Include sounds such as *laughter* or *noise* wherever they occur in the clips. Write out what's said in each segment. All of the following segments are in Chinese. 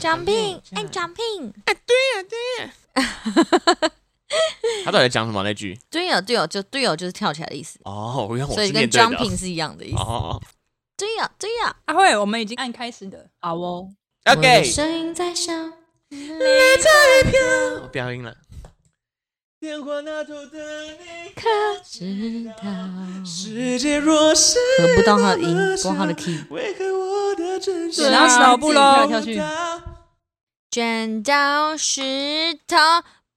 jumping，哎，jumping，他到底在讲什么那句？队友队友啊就队友就是跳起来的意思，哦，我原来我所以是跟面对的。 jumping 是一样的意思。啊哦队友队友，阿慧，我们已经按开始的，好哦。我的，OK，声音在响，我飙哦音了。电话那头的你可知道世界若是合不到他的音，不到他的 key。为何我的真对啊找自己跳跳去剪刀石头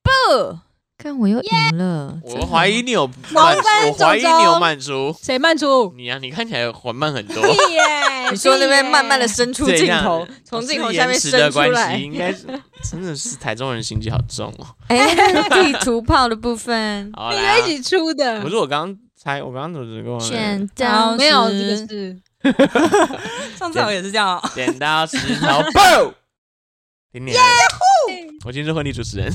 布，看我又赢了。真我的怀疑你有慢，分我怀疑你有慢猪。谁慢出？你啊，你看起来缓 *laughs* 慢很多。耶你说那边慢慢的伸出这镜样头，从是镜头延下面迟伸的出关来系，。应该是真的是台中人心机好重 *laughs* 哦。哎，地图炮的部 *laughs*，分好你啦们，一起出的不，是我刚刚猜，我刚刚怎么跟我剪好刀哦没有这个石是。上次也是这样哦， *laughs* 剪刀石头布，点点。我今天是婚礼主持人，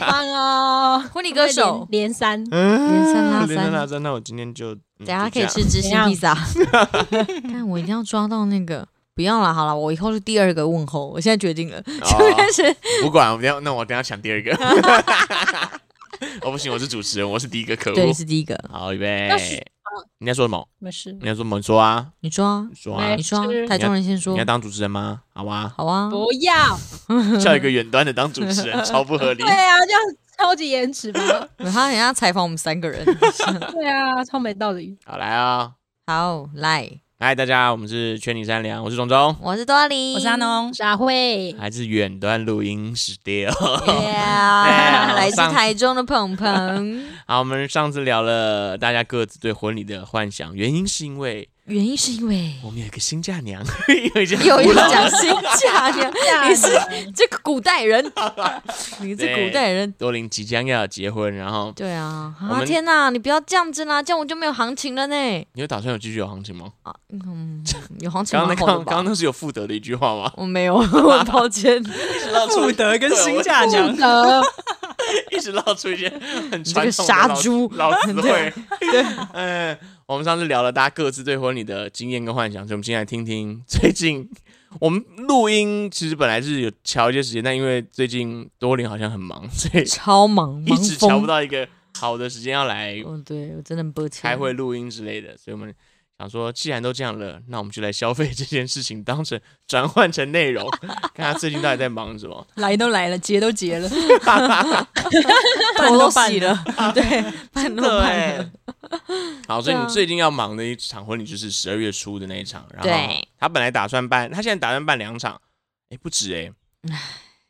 棒哦！婚礼歌手，连三，连三拉三连三拉三，那我今天就 *laughs* 等等下可以吃芝怎心样披萨。 *laughs* 但我一定要抓到那个，不要了，好了，我以后是第二个问候，我现在决定了，哦 *laughs* 就开始不管，我等下那我等下抢第二个。 *laughs* 哦，不行，我是主持人，我是第一个，可恶对，。是第一个，好，预备那是。你在说什么？没事你，在说什么？你说啊，你说啊你，说啊没你说啊，是台中人先说你要，当主持人吗？好 *laughs* 吧，好啊，不要。叫一个远端的当主持人，超不合理对。啊，这样超级延迟吧？他等下采访我们三个 *laughs* 人，对啊，超没道理。好，来啊！好，来，嗨，大家，我们是圈里善良，我是钟钟，我是多里，我是阿农，傻慧，还是远端录音室的。 Yeah，对来自哎上台中的鹏 *laughs* 鹏， *laughs* 好，我们上次聊了大家各自对婚礼的幻想，原因是因为原因是因 *laughs* 为我们有一个新嫁娘， *laughs* 有一件有古有老的讲新嫁 *laughs* 娘， *laughs* 你是这个古代 *laughs* 人，你这对古代人。多林即将要结婚，然后对啊，我啊们天哪，你不要这样子啦，这样我就没有行情了呢。你有打算有继续有行情吗？啊，嗯，有行情刚刚那蛮刚好的刚刚吧？那是有负德的一句 *laughs* 话吗？我没有，我抱 *laughs* 歉。负德跟新嫁不，得，一直绕出一些很你这传个统的杀老猪 *laughs* 老词汇。 *laughs* 嗯，我们上次聊了大家各自对婚礼的经验跟幻想，所以我们先来听听 *laughs* 最近我们录音，其实本来是有瞧一些时间，但因为最近多林好像很忙，所以超忙，一忙直瞧不疯。到一个好的时间要来嗯，对我真的很抱歉。 *laughs* 开会、录音之类的，所以我们想说，既然都这样了，那我们就来消费这件事情，当成转换成内 *laughs* 容，看他最近到底在忙什么。来都来了，结都结 *laughs* 了，头都办洗了， *laughs* 对，半都办了对。，好，所以对啊你最近要忙的一场婚礼就是十二月初的那一场，然后对他本来打算办，他现在打算办两场，哎，不止哎，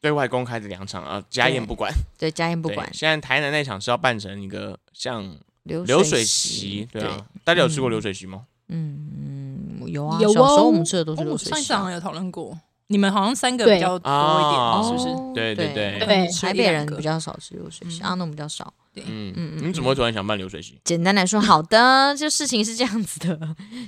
对外公开的两场啊，家宴对不管， *laughs* 对，家宴不对管，现在台南那场是要办成一个像流流水水席，对对，啊，大家有吃过嗯流水席吗？嗯嗯，有啊，有小时候哦我们吃的都是流我水上一席场好啊。像有讨论过，你们好像三个对比较多一啊点，是不是？哦对对对对对台北人比较少吃流水席，嗯阿农比较少。嗯嗯嗯你怎么会突然想办流水席？简单来 *laughs* 说，好的，这事情是这样子的，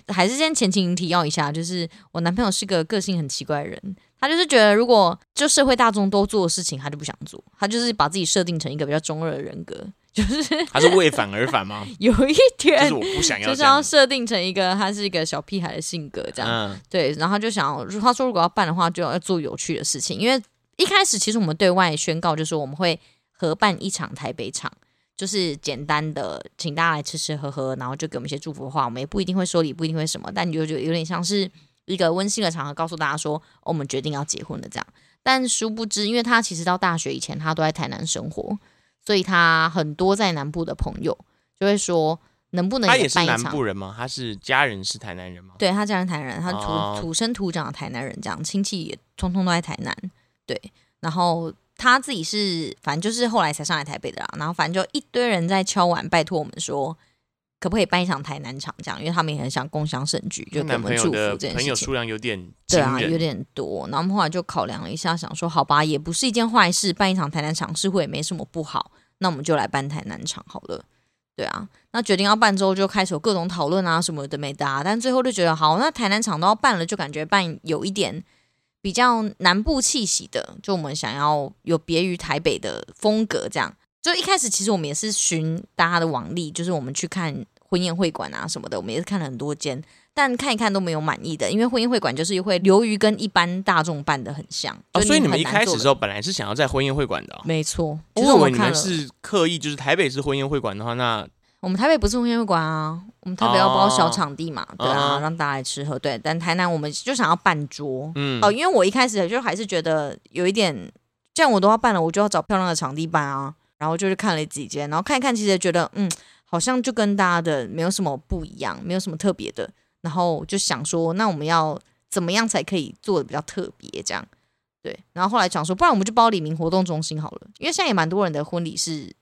*laughs* 还是先前情提要一下，就是我男朋友是个个性很奇怪的人，他就是觉得如果就社会大众都做的事情，他就不想做，他就是把自己设定成一个比较中二的人格， *laughs* 就是他是为反而 *laughs* 反吗？有一就点是我不想要就是这要样。设定成一个他是一个小屁孩的性格这样，嗯，对，然后他就想要，他说如果要办的话，就要做有趣的事情，因为一开始其实我们对外宣告就是我们会合办一场台北场，就是简单的请大家来吃吃喝喝，然后就给我们一些祝福的话，我们也不一定会说理，不一定会什么，但你就觉得有点像是一个温馨的场合，告诉大家说、哦我们决定要结婚了这样。但殊不知，因为他其实到大学以前，他都在台南生活，所以他很多在南部的朋友就会说，能不能他也是办一南场部人吗？他是家人是台南人吗？对他家人台南人，他土、哦土生土长的台南人，这样亲戚也通通都在台南。对，然后他自己是反正就是后来才上来台北的啦，然后反正就一堆人在敲碗拜托我们说，可不可以办一场台南场这样，因为他们也很想共享盛举，就她给我男们朋友祝福的这件朋事友情。数量有点对惊人，啊，有点多。然后我们后来就考量了一下，想说好吧，也不是一件坏事，办一场台南场是会也没什么不好，那我们就来办台南场好了。对啊，那决定要办之后，就开始有各种讨论啊，什么有的没的、啊。但最后就觉得，好，那台南场都要办了，就感觉办有一点比较南部气息的，就我们想要有别于台北的风格这样。就一开始其实我们也是寻大家的往例，就是我们去看婚宴会馆啊什么的，我们也是看了很多间，但看一看都没有满意的，因为婚宴会馆就是会流于跟一般大众办的很像，哦，就所以你很们一难开始做的时候本来是想要在婚宴会馆的、哦得，没错，我其以实我为们你看们了，是刻意，就是台北是婚宴会馆的话，那我们台北不是婚宴会馆啊，我们台北要包小哦场地嘛，对啊，嗯让大家来吃喝，对，但台南我们就想要办桌，嗯，哦，因为我一开始就还是觉得有一点，既然我都要办了，我就要找漂亮的场地办啊。然后就是看了几间，然后看一看，其实也觉得嗯，好像就跟大家的没有什么不一样，没有什么特别的。然后就想说，那我们要怎么样才可以做的比较特别？这样对。然后后来想说，不然我们就包李明活动中心好了，因为现在也蛮多人的婚礼是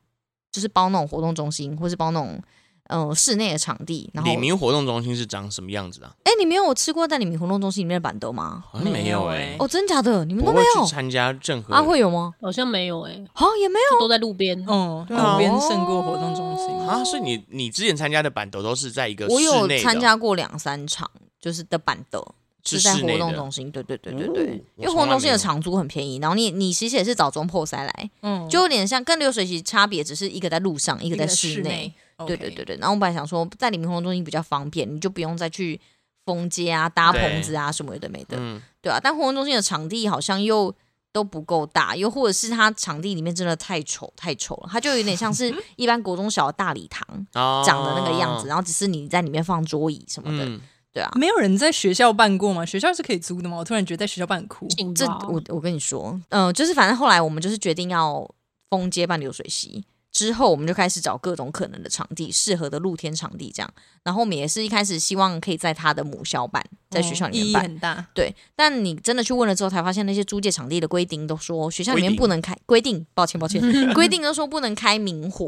就是包那种活动中心，或是包那种嗯、呃室内的场地。然后李明活动中心是长什么样子的啊？哎，你没有吃过在李明活动中心里面的板豆吗？好像没有没有哎欸，哦，真假的？你们不都没会去有？参加任何阿慧啊有吗？好像没有哎，好哦像也没有就都在路边。嗯，对啊路边胜过活动中心。啊，所以你你之前参加的板斗都是在一个我室有内的参加过两三场，就是的板的，是是在室内活动的中心。对对对对哦对，我因为活从来动中心没有的场租很便宜，然后你你其实也是早中破塞来，哦嗯，就有点像跟流水席差别，只是一个在路上，一个一在个室内。。对 OK 对对，对，然后我本来想说，在里面活动中心比较方便，你就不用再去封街啊、搭对棚子啊什么有的没的，嗯，对啊。但活动中心的场地好像又都不够大，又或者是它场地里面真的太丑太丑了，它就有点像 *laughs* 是一般国中小的大礼堂，哦长的那个样子，，然后只是你在里面放桌椅什么的，嗯，对啊。没有人在学校办过吗？学校是可以租的吗？我突然觉得在学校办很酷。请这吧我我跟你说，嗯、就是反正后来我们就是决定要封街办流水席，之后我们就开始找各种可能的场地，适合的露天场地这样。然后我们也是一开始希望可以在他的母校办，在学校哦里意面义办。很大。对，但你真的去问了之后，才发现那些租借场地的规定都说学校里面规定不能开规定，抱歉抱 *laughs* 歉，规定都说不能开明火，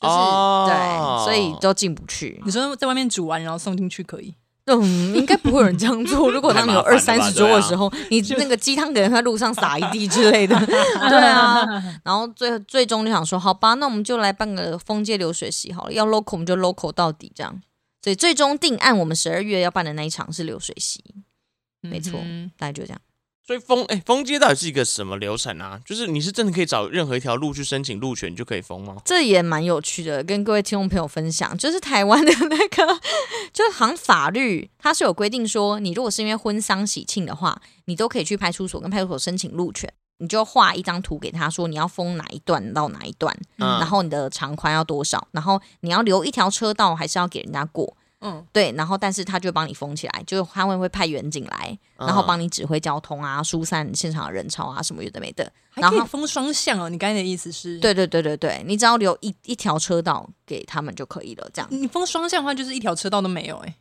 就是、哦对，所以都进不去。你说在外面煮完然后送进去可以？ *laughs* 嗯，应该不会有人这样做。如果当你有太麻二烦了吧三啊十桌的时候，你那个鸡汤可能在路上撒一地之类的，对啊。然后最最终就想说，好吧，那我们就来办个风街流水席好了，要 local 我们就 local 到底这样。所以最终定案，我们十二月要办的那一场是流水席，没错嗯大概就这样。所以封哎封街到底是一个什么流程啊？就是你是真的可以找任何一条路去申请路权就可以封吗？这也蛮有趣的，跟各位听众朋友分享，就是台湾的那个， *laughs* 就好像法律它是有规定说，你如果是因为婚丧喜庆的话，你都可以去派出所跟派出所申请路权，你就画一张图给他说你要封哪一段到哪一段，嗯然后你的长宽要多少，然后你要留一条车道还是要给人家过，嗯，对，然后但是他就会帮你封起来，就是他们会派远警来，然嗯后帮你指挥交通啊，疏散现场的人潮啊，什么有的没的，还然可以后封双向哦。你刚才的意思是？，对对对对对，你只要留一一条车道给他们就可以了，这样。你封双向的话，就是一条车道都没有哎。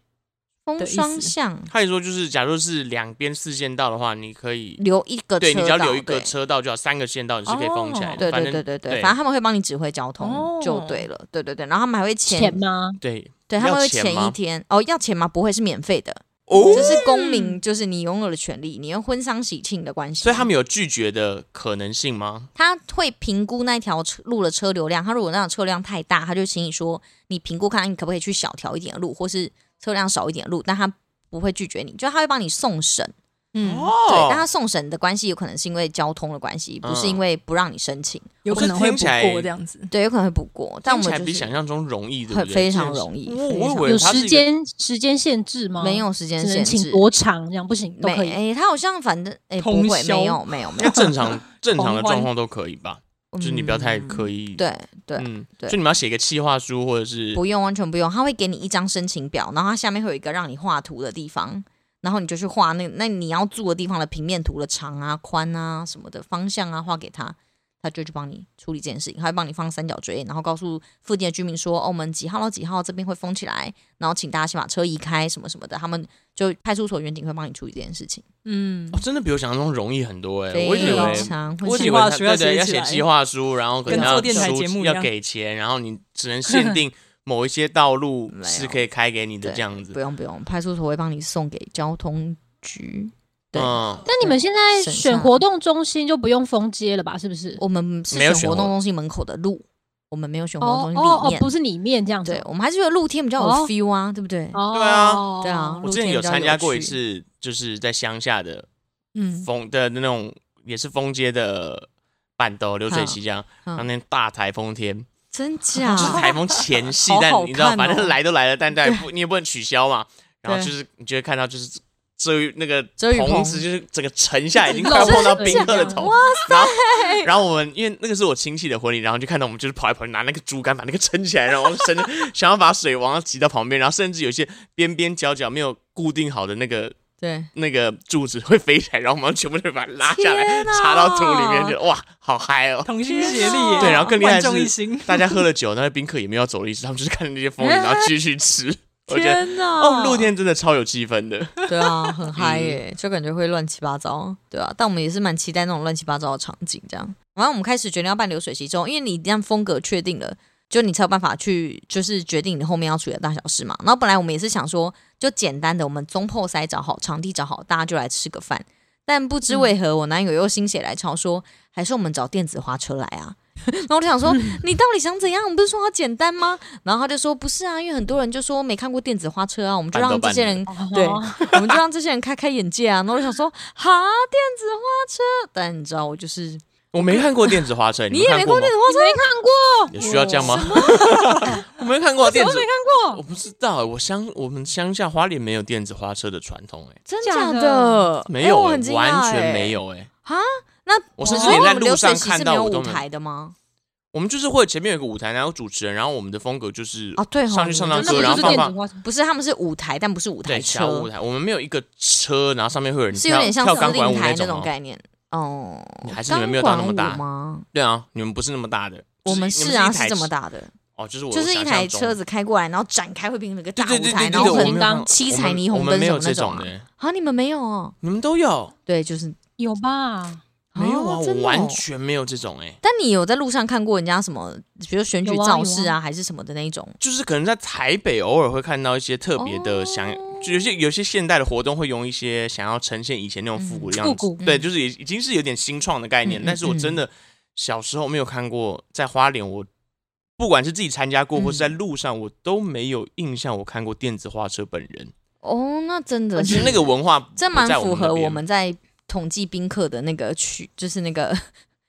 风的意双思向他也说就是假如是两边四线道的话，你可以留一个车道，对你只要留一个对哦车道就好，三个线道你是可以封起来的。对反对正对对对，对反正他们会帮你指挥交通哦就对了，对对对，然后他们还会钱前，吗？对对他们要会钱前一吗天哦，要钱吗？不会是免费的，哦，这是公民，就是你拥有的权利，你用婚丧喜庆的关系，所以他们有拒绝的可能性吗？他会评估那条车路的车流量，他如果那条车流量太大，他就请你说你评估看看你可不可以去小条一点的路，或是车辆少一点的路，但他不会拒绝你，就他会帮你送审。嗯，对，但哦，他送审的关系有可能是因为交通的关系，不是嗯因为不让你申请，有可能会哦听不起来过这样子。对，有可能会不过。但我听起来们比就是想象中容易，对不很对？非常容易，我非我以常为有它是一时个 *laughs* 间时间限制吗？没，有时间只能限请制，多长这样不行都没可以。诶，他好像反正诶不通会，宵没有没有没那有，正 *laughs* 常正常狂欢的状况都可以吧？ *laughs* 就是你不要太嗯刻意。，对对。嗯，对就你们要写一个企划书，或者是不用，完全不用。他会给你一张申请表，然后它下面会有一个让你画图的地方，然后你就去画那那你要住的地方的平面图的长啊、宽啊什么的方向啊，画给他，他就去帮你处理这件事情，他会帮你放三角锥，然后告诉附近的居民说，哦，我们几号到几号这边会封起来，然后请大家先把车移开什么什么的，他们就派出所远景会帮你处理这件事情，嗯哦，，真的比我想象中容易很多哎。我以非为常会我想以计为划他书要对对写要起写来计划书，然后可能跟要做电台出节目一要样给钱，然后你只能限 *laughs* 定某一些道路是可以开给你的对这样不子。用不用，派出所会帮你送给交通局。对嗯，那你们现在省选下活动中心就不用封街了吧？是不是？我们是没有选选活动活中心门口的路，我们没有选活哦动中心哦里哦，面。不是里面这样子对，。我们还是觉得露天比较有哦 feel 啊，对不对？哦，对啊对啊我露之前天有比较参有加过一趣次，就是在乡下的嗯，风的那种，也是风街的半斗流水席这样。嗯当天大台风天，真 *laughs* 假？就是台风 *laughs* 前夕，好但啊好你知道，看反正哦来都来了，但但不你也不能取消嘛。然后对就是你就会看到就是遮雨那个遮雨棚棚子，就是整个沉下来，已经露快要碰到出宾来客的这 *laughs* 样头。然后然后我们因为那个是我亲戚的婚礼，然后就看到我们就是跑来跑去拿那个竹竿把那个撑起来，然后伸想要把水往上挤到旁边，然后甚至有些边边角角没有固定好的那个 *laughs* 对，那个柱子会飞起来，然后我们全部就把它拉下来天哪插到土里面去，哇，好嗨哦！同心协力耶，对，然后更厉害万的众一是心，，大家喝了酒，那些宾客也没有走的意思，他们就是看着那些风景，然后继 *laughs* 续吃。我觉得天哪！哦，露天真的超有气氛的。对啊，很嗯嗨耶、就感觉会乱七八糟，对啊。但我们也是蛮期待那种乱七八糟的场景，这样。然后我们开始决定要办流水席之后，因为你这样风格确定了，就你才有办法去就是决定你后面要处理的大小事嘛。然后本来我们也是想说，就简单的我们中破塞找好，场地找好，大家就来吃个饭。但不知为何，我男友又心血来潮说，还是我们找电子花车来啊。 *laughs* 然后我就想说，你到底想怎样？我们不是说要简单吗？然后他就说不是啊，因为很多人就说没看过电子花车啊，我们就半斗让这半些的人 *laughs* 对哦，我们就让这些人开开眼界啊。然后我就想说，哈，电子花车，但你知道我就是我没看过电子花车， *laughs* 你们也看没过吗电？子花车，没看过，有需要这样吗？ *laughs* 我没看过电子，看我。不知道。我乡我们乡下花莲没有电子花车的传统，哎，真假假的的？没有哎我欸很，惊讶完全欸没。有，哎。那我甚至所以连在我们路流水上席看是到没有我都舞没台的吗？我们就是会前面有个舞台，然后主持人，然后我们的风格就是啊对哦上去唱唱那那歌，不然后就是放电子放花车吗？不是，他们是舞台，但不是舞台对小舞车，台，我们没有一个车，然后上面会有人是有跳点像跳钢司管令舞台那种种哦。概念。哦，还是你们没有到那么大钢管舞吗？对啊，你们不是那么大的，我们就是啊，你是一这么台大的，哦，就是我就是一想台象中车子开过来，然后展开会变成一个对大对舞对台，对然对，后我很们刚没有七我彩们霓我虹们灯没什有么那这种种啊。的，啊，你们没有哦？你们都有对，就是有吧？没有啊？哦我真的哦完全没有这种哎，但你有在路上看过人家什么，比如选举有啊造势有啊，还是什么的那一种？就是可能在台北偶尔会看到一些特别的想哦，就有些有些现代的活动会用一些想要呈现以前那种复古的样复子，古对，嗯就是已已经是有点新创的概念，嗯嗯但是我真的小时候没有看过，在花莲我不管是自己参加过，嗯或是在路上，我都没有印象我看过电子花车本人，哦，那真的其 *laughs* 实是那个文化不这蛮在符合那边我们在统计宾客的那个取，就是那 *laughs* 个哦真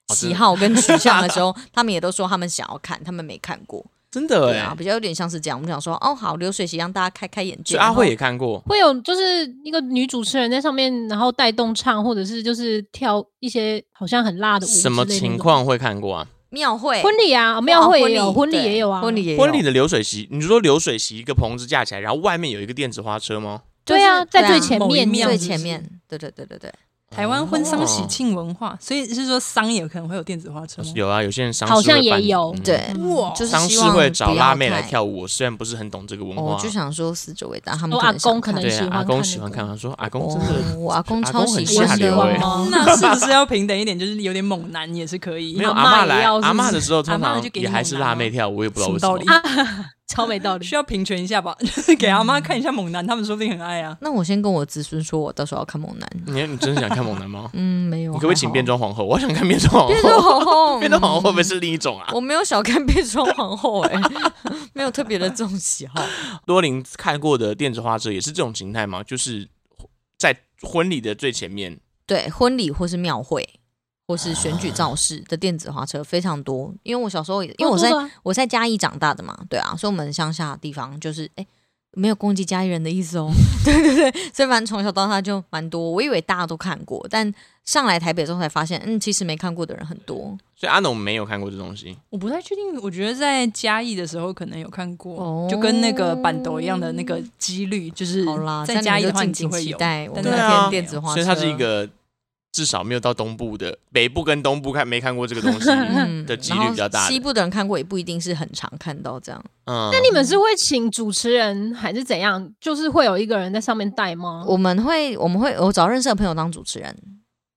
的喜好跟取向的 *laughs* 时候，他们也都说他们想要看，他们没看过，真的对哎啊，，比较有点像是这样。我们想说，哦，好，流水席让大家开开眼界。所以阿然后慧也看过，会有就是一个女主持人在上面，然后带动唱，或者是就是跳一些好像很啊辣的舞。什么情？况会看过啊？庙会、婚礼啊，庙会也有，哦婚礼对也有啊，婚礼也有婚礼的流水席，你说流水席一个棚子架起来，然后外面有一个电子花车吗？对就啊，是在最前某一面这面样最子前是不是面，对对对对嗯对，台湾婚丧喜哦庆文化，所以是说丧也可能会有电子花车吗，有啊，有些人丧事好像会办也有嗯对哇就是丧希事望会找不要辣妹来太跳舞。我虽然不是很懂这个文哦化，我就想说死者伟大，他们我哦阿公可能能对喜啊，欢阿公看喜那欢个看，他说阿公想真看的哦，我阿公阿超公很喜下欢流的欸哦，那是不是要平等一点？就是有点猛男也是可以，没有阿阿嬷嬷也来要是不阿嬷是的时候，阿通嬷常就给也你还是猛男辣啊妹跳舞，我也不知道什么为什道么理。？啊超没道理需。要平权一下吧， *laughs* 就是给阿妈看一下猛男，他们说不定很爱啊。那我先跟我子孙说，我到时候要看猛男。？*laughs* 你你真的想看猛男吗 *laughs* 嗯，没有。你可不可还以请好变？装皇后？我想看变装皇变装后，皇后， *laughs* 变装皇后嗯会不会是另一种啊？我没有小看变装皇后哎、 *laughs* 没有特别的这种喜好。多林看过的电子花车也是这种形态吗？就是在婚礼的最前面，对，婚礼或是庙会或是选举造势的电子花车非常多，因为我小时候也，因为我在多多的啊我在嘉义长大的嘛，对啊，所以我们乡下的地方就是哎。没有攻击嘉义人的意思哦， *laughs* 对对对，所以反正从小到大就蛮多。我以为大家都看过，但上来台北之后才发现，嗯，其实没看过的人很多所以阿农没有看过这东西。我不太确定，我觉得在嘉义的时候可能有看过，哦就跟那个板斗一样的那个几率，就是好啦在这样你嘉义们的啊就话敬你只请会期有，待我但们在台那天北电没子有花所以它车是一个至少没有到东部的，北部跟东部看没看过这个东西嗯的几然率后比较大西的。部的人看过也不一定是很常看到这样。嗯，那你们是会请主持人还是怎样？就是会有一个人在上面带哦吗？我们会我们会我找认识的朋友当主持人，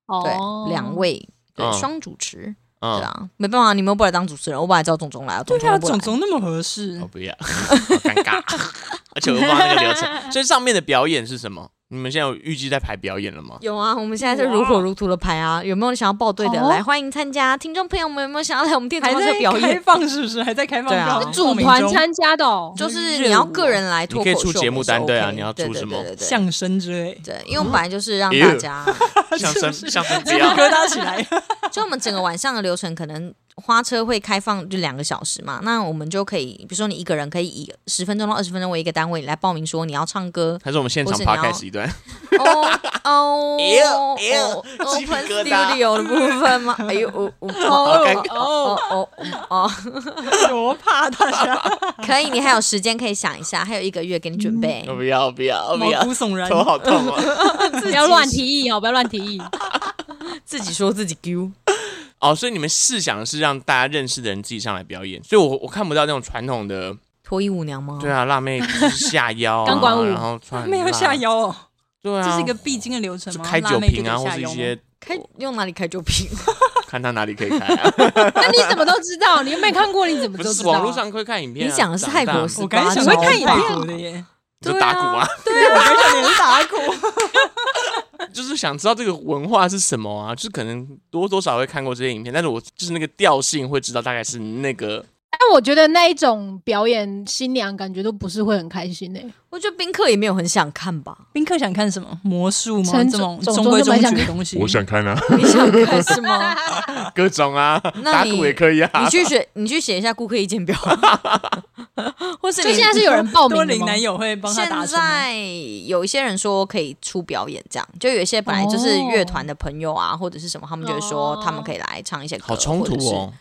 哦对，哦两位对嗯双主持，对嗯，啊，没办法，你们又不来当主持人，我本来叫总总来啊，总对总啊，又不种来。种那么合适哦嗯哦我，不要，好尴尬。 *laughs* 而且我又不知道那个流程，所以上面的表演是什么？你们现在有预计在排表演了吗？有啊，我们现在是如火如荼的排啊，有没有想要报队的哦来欢迎参加？听众朋友们有没有想要来我们电子还花在车表开演？放是不是？还在开放对啊票，是组团参加的 *laughs* 哦。就是你要个人来脱口秀，你可以出节目单我们是对啊 OK，你要对出对什么对对对相声之类，对，因为我们本来就是让 Ew 大家，相声，是不是相声不鸡皮啊 *laughs* 要。 *laughs* 疙瘩起来。就我们整个晚上的流程，可能花车会开放就两个小时嘛，那我们就可以，比如说你一个人可以以十分钟到二十分钟为一个单位来报名，说你要唱歌还是我们现场或是你要 podcast 一段？哦哦 Ew, ew，哦鸡皮，Open 疙瘩 Studio 的部分吗？哎呦，哦哦好尴尬哦哦，哦哦哦， *laughs* 我怕大 *laughs* 家 *laughs* 可以，你还有时间可以想一下，还有一个月给你准备。不要不要不毛要，骨悚然。头好痛 *laughs* 啊！不要乱提议哦，不要乱提 *laughs* 议。自己说自己丢，哦，所以你们试想的是让大家认识的人自己上来表演，所以我我看不到那种传统的，脱衣舞娘吗？对啊，辣妹就是下腰、啊，钢管舞然后穿没有下，腰哦，对啊，这是一个必经的流程就吗？开酒辣妹就瓶得啊，或下是一腰吗些开用哪里开酒瓶？ *laughs* 看他哪里可以开 *laughs* 啊，那你怎么都知道？你又没看过，你怎么不都知是道？网络上会看影片啊，你讲的是泰国是是我刚才想你到会看影片泰国的耶，就打鼓啊，对，我刚才想也是打鼓。 *laughs* 就是想知道这个文化是什么啊，就是可能多多少少会看过这些影片，但是我就是那个调性会知道大概是那个但我觉得那一种表演，新娘感觉都不是会很开心诶、欸我觉得宾客也没有很想看吧。宾客想看什么魔术吗？陈这种总中规中总这么矩想的看东西。我想看啊，你想 *laughs* 看是吗？ *laughs* 各种啊，那打你鼓也可以啊你，去写，你去写一下顾客意见 *laughs* 表，或是就你现在是有人哦报名多的林吗男友会帮他现打成吗。在有一些人说可以出表演，这样就有一些本来就是乐团的朋友啊，或者是什么，他们就会说哦他们可以来唱一些歌，好冲突或者是。哦，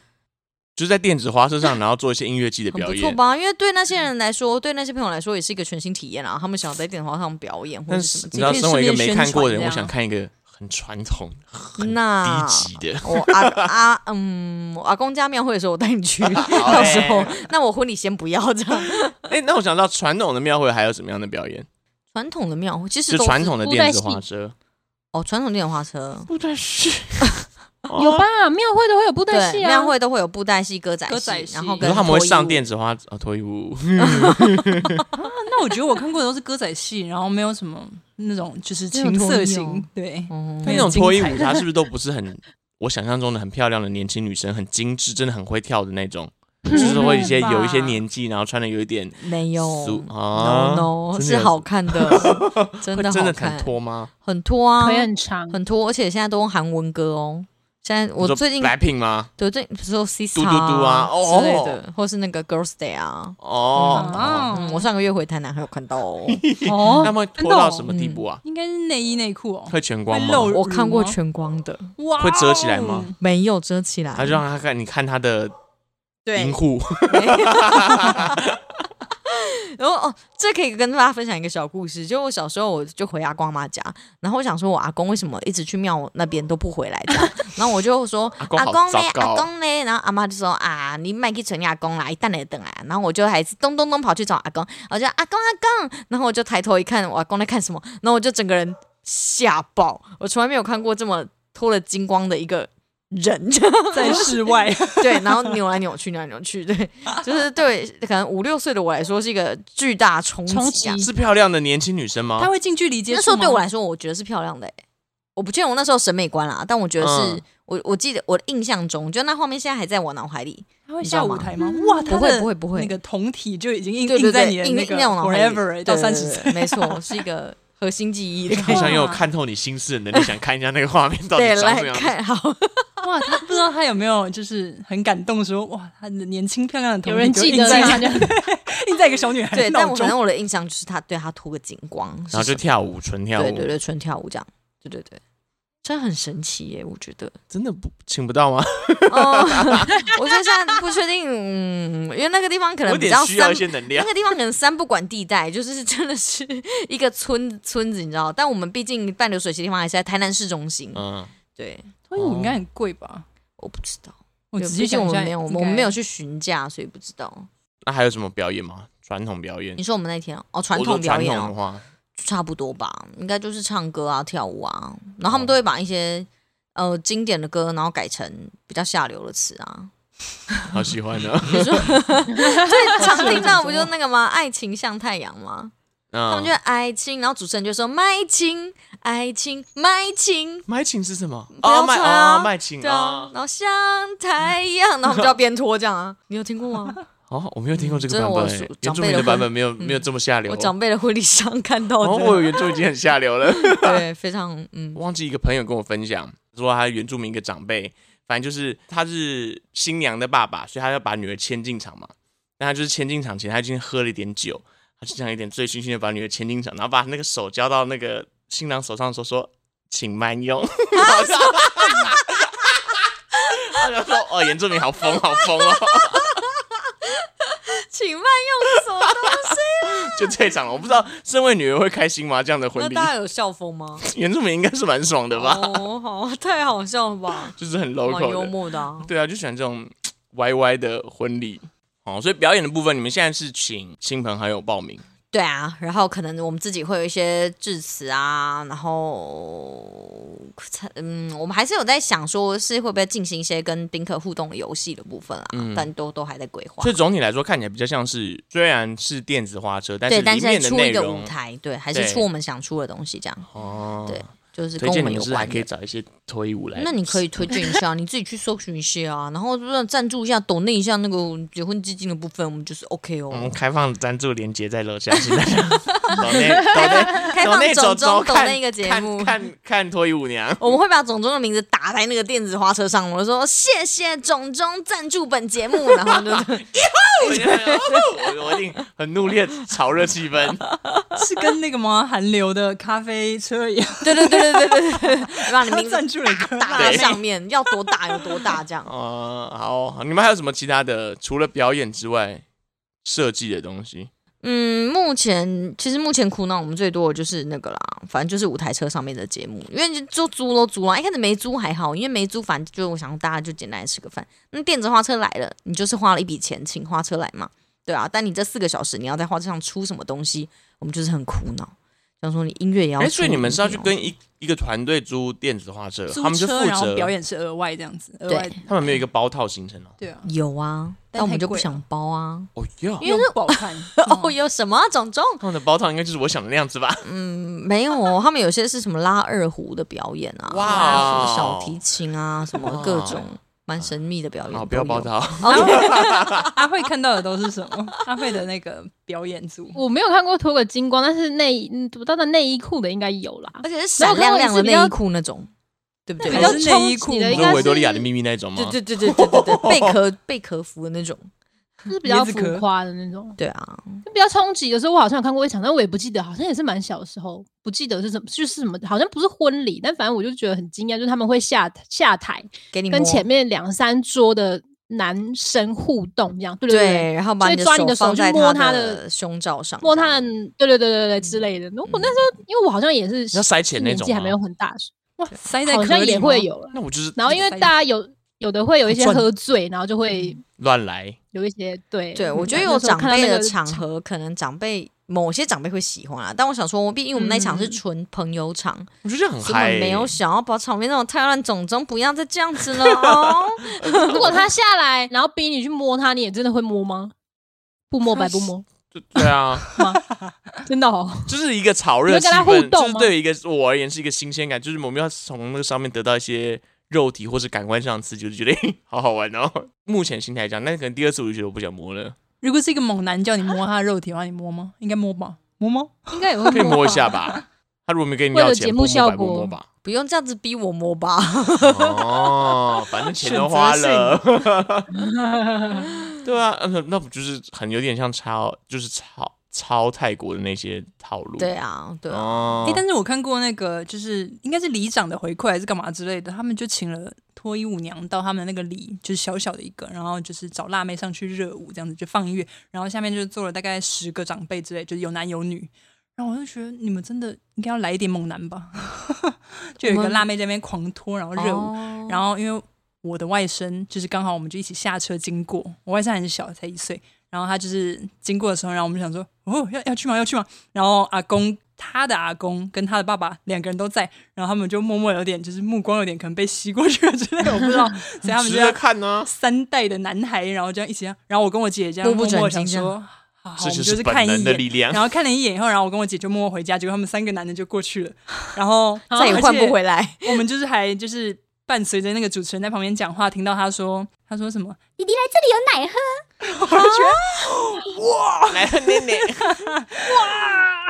就是在电子花车上，然后做一些音乐季的很表不错演。吧？因为对那些人来说，对那些朋友来说，也是一个全新体验啊。他们想要在电话上表演或但者是什你知道，么己身为一个没看过的顺便宣传人，我这样想看一个很传统、之类的。很低那级的。我阿阿嗯，我阿公家庙会的时候，我带你 *laughs* 去，到时候那我婚礼先不要这样。哎，那我想知道传统的庙会还有什么样的表演？传统的庙会其实就都是传统的电子花车，哦，传统电花车不太是 *laughs* 有？吧？庙会都会有布袋对戏啊，庙会都会有布袋戏、歌仔歌仔戏然后你跟说他们会脱衣上舞电子花哦，脱 *laughs* 衣舞，那我觉得我看过的都是歌仔戏，然后没有什么那种就是没有情脱衣色哦型，对，哦那很种精脱衣彩舞，它是不是都不是很 *laughs* 我想象中的很漂亮的年轻女生，很精致，真的很会跳的那种？嗯嗯就是会一些吧有一些年纪，然后穿的有一点没嗯有俗啊 no no，真的是有好看 *laughs* 的，真会的真好的看很，脱吗？很拖啊，腿很嗯长，很拖，而且现在都用韩文歌哦。现在我最近 Blackpink 吗？对最近比如说 Sisa 嘟嘟嘟啊哦之类的，或是那个 Girls Day 啊。哦，啊嗯，我上个月回台南还有看到 *laughs* 哦，嗯那哦，么真脱的到哦什么地步啊？应该是内衣内裤哦，会全光吗？会露乳我看过吗全光的，哇哦，会遮起来吗没有遮起来，他就让他看，你看他的对银护，然后哦，这可以跟大家分享一个小故事。就我小时候，我就回阿公阿妈家，然后我想说，我阿公为什么一直去庙那边都不回来这样？ *laughs* 然后我就说，阿阿公好公呢糟？糕阿公呢？然后阿妈就说啊，你卖去找你阿公啦，一旦来等啊。然后我就还是咚咚咚跑去找阿公，我啊就阿公阿公，然后我就抬头一看，我阿公在看什么？然后我就整个人吓爆，我从来没有看过这么脱了精光的一个人。 *laughs* 哦在室外，对，然后扭来扭去，扭来扭去，对，就是对，可能五六岁的我来说是一个巨大冲冲击啊。击是漂亮的年轻女生他吗？会近距离接那触吗。时候对我来说，我觉得是漂亮的、欸，我不确定我那时候审美观啦，但我觉得是、嗯我我记得我的印象中，就那画面现在还在我脑海里，他会你知道下吗舞台吗？哇，他不会的不会不会那个酮体就已经印对对印在对，你的印那印个在我脑海里 forever 哎到对对三十对岁，没错，是一个核心记忆 *laughs* 的好感觉。想有看透你心事的能力，想看一下那个画面到底哦对，长什么来样子。看好，哇，他不知道他有没有就是很感动说，哇，他的年轻漂亮的有同人学就记印得在他， *laughs* 印在一个小女孩对，的但脑我反中。正我的印象就是他对他涂个精光，然后就是什跳舞，纯跳么舞，对对对，纯跳舞这样，对对对，真的很神奇耶、我 *laughs* 觉得。真的不请不到吗？哦，我觉得现在不确定，嗯，因为那个地方可我能有比点较需要三一，些能那量。个地方可能三不管地带，就是 *laughs* 真的是一个村村子，你知道？但我们毕竟半流水席地方还是在台南市中心，嗯，对，所以我应该很贵吧？我不知道，我对仔细毕竟想我一下，们没有，我应该们没有。去询价，所以不知道。那还有什么表演吗？传统表演你，说我们那天哦哦，传我说统表演传统的哦，话，差不多吧，应该就是唱歌啊、跳舞啊，然后哦他们都会把一些。呃，经典的歌，然后改成比较下流的词啊， *laughs* 好喜欢哦的。比如 *laughs* 说 *laughs* 最常听到不就那个吗？爱情像太阳吗？他们就嗯，会爱情，然后主持人就说卖情，爱情，卖情，卖琴是什么？不要哦卖穿啊哦卖琴对啊啊，，然后像太阳，然后我们就 *laughs* 要边拖这样啊，你有听过吗？哦，我没有听过这个嗯真的版本我欸属，原长住辈民的的版婚本没有没有这么下流。我长辈的婚礼上看到哦，的，我有原著已经很下流了。对，非常嗯，忘记一个朋友跟我分享，说他原住民一个长辈，反正就是他是新娘的爸爸，所以他要把女儿牵进场嘛。但他就是牵进场前，他今天喝了一点酒，他就这样一点醉醺醺的把女儿牵进场，然后把那个手交到那个新郎手上说说，请慢用。 *laughs* 他就说：“哦，原住民好疯，好疯哦！请慢用手的。就这场，我不知道身为女儿会开心吗？这样的婚 *laughs* 那礼，大家有笑疯吗？原住民应该是蛮爽的吧？哦，好，太好笑了吧？就是很蛮 local 幽的。默的啊。对啊，就喜欢这种歪歪的婚礼哦。所以表演的部分，你们现在是请亲朋好友报名，对啊，然后可能我们自己会有一些致辞啊，然后，嗯，我们还是有在想说是会不会进行一些跟宾客互动的游戏的部分啊，嗯但都都还在规划所。以总体来说看起来比较像是，虽然是电子花车，但对，是但里是面的出内一个舞容台，对，还是对出我们想出的东西，这样哦，对就是跟推我荐们你有们是还关可以的。找一些推舞来。那你可以推荐一 *laughs* 下，你自己去搜寻一下啊，然后就是赞助一下、抖那一下那个结婚基金的部分，我们就是 OK 哦。我们开放赞助连接在楼 *laughs* 下，请大家抖内抖内开抖放内走种走中抖看那个节目看，看看脱衣舞 *laughs* 娘。我们会把种中的名字打在那个电子花车上，我说谢谢种中赞助本节目，然后就我觉得哦我我一定很努力地炒热气氛，是跟那个吗？韩流的咖啡车一样， *laughs* 对对对对对对对，把你他名字赞助了一 *laughs* 个打辣在妹上面，要多大有多大这样。哦，好好，你们还有什么其他的？除了表演之外，设计的东西，嗯，目前其实目前苦恼我们最多的就是那个啦，反正就是舞台车上面的节目，因为就租都租了，一开始没租还好，因为没租，反正就我想大家就简单地吃个饭。那电子花车来了，你就是花了一笔钱请花车来嘛，对啊，但你这四个小时你要在花车上出什么东西，我们就是很苦恼。想说你音乐也要出，哦哎，所以你们是要去舞蹈跟一一个团队租电子画册，他租们是车，负然后责表，演是额外这样子，额对外他们没有一个包套行程哦。对啊，有啊，但但我们太就不贵了想包啊。哦哟，因为又不好看 *laughs* 哦，嗯有什么啊种种？他们的哦包套应该就是我想的那样子吧？嗯，没有哦，他们有些是什么拉二胡的表演啊，哇什么小提琴啊，什么各种蛮神秘的表演都有。哦好，不要包套，阿慧看到的都是什么？阿慧的那个表 *laughs* 演组， *laughs* 我没有看过脱个精光，但是内嗯当然内衣裤的应该有啦。而且是闪亮亮的内衣裤那种，对不对？比较较内衣裤冲击 *laughs* 的应不该是哎是维多利亚的秘密那一种吗对？对对对对对 *laughs* 对，贝壳贝壳服的那种，就是比较椰子壳浮夸的那种，对啊，就比较冲击的时候，我好像有看过一场，但我也不记得，好像也是蛮小的时候，不记得是什么，就是什么，好像不是婚礼，但反正我就觉得很惊讶，就是他们会下下台给你跟摸前面两三桌的男生互动，这样对对对对，对，然后把所以的抓你的手放去在摸他他的胸罩上，摸他的，对对对对对嗯之类的。然后我那时候，因为我好像也是要塞钱那年种纪还没有吗？很大，塞在好壳像里也吗会。有了。那我就是然后因为塞大家有有的会有一些好赚喝醉，然后就会乱来，有一些对嗯对，我觉得那有嗯时候长看到辈那的个场合，可能长辈某些长辈会喜欢啊。但我想说，毕竟我们那一场是嗯纯朋友场，我觉得这样很根本嗨欸，没有想要把场面弄得太乱，总中不要再这样 *laughs* 子了哦。如果他下来，然后逼你去摸他，你也真的会摸吗？不摸白不摸，对对啊，真的哦。就是一个炒热你气会跟他氛，互动就是吗对于一个我而言是一个新鲜感，就是我们要从那个上面得到一些肉体或是感官上的刺激，就是觉得嘿好好玩哦。 *laughs* 目前心态这样，那可能第二次我就觉得我不想摸了，如果是一个猛男叫你摸他的肉体的话，你摸吗？应该摸吧，摸吗？应该也会可以摸一下吧。吧。他如果没跟你为要了钱，节不目摸效白不果摸吧。不用这样子逼我摸 *laughs* 吧。哦， *laughs* 反正钱都花了， *laughs* 对啊，呃那不就是很有点像抄，就是抄抄泰国的那些套路，对啊，对啊，哦哎、，但是我看过那个，就是应该是里长的回馈还是干嘛之类的，他们就请了脱衣舞娘到他们那个里，就是小小的一个，然后就是找辣妹上去热舞，这样子就放音乐，然后下面就坐了大概十个长辈之类，就是有男有女。然后我就觉得你们真的应该要来一点猛男吧，就有一我个们辣妹在那边狂脱，然后热舞，哦然后因为我的外甥就是刚好我们就一起下车经过，我外甥很小才一岁，然后他就是经过的时候，然后我们就想说哦要要去吗要去吗？然后阿公他的阿公跟他的爸爸两个人都在，然后他们就默默有点就是目光有点可能被吸过去了之类的，我不 *laughs* 知道，所以他们值就得嗯要看呢，三代的男孩，然后这样一起这样，然后我跟我姐这样目不默默转睛想这说，好，好这我们就就是是本看一能的眼。力量然。后看了一眼以后，然后我跟我姐就默默回家，结果他们三个男的就过去了，然后 *laughs* 再也而换且不回来。我们就是还就是伴随着那个主持人在旁边讲话，听到他说他说什么，哦来，奶奶，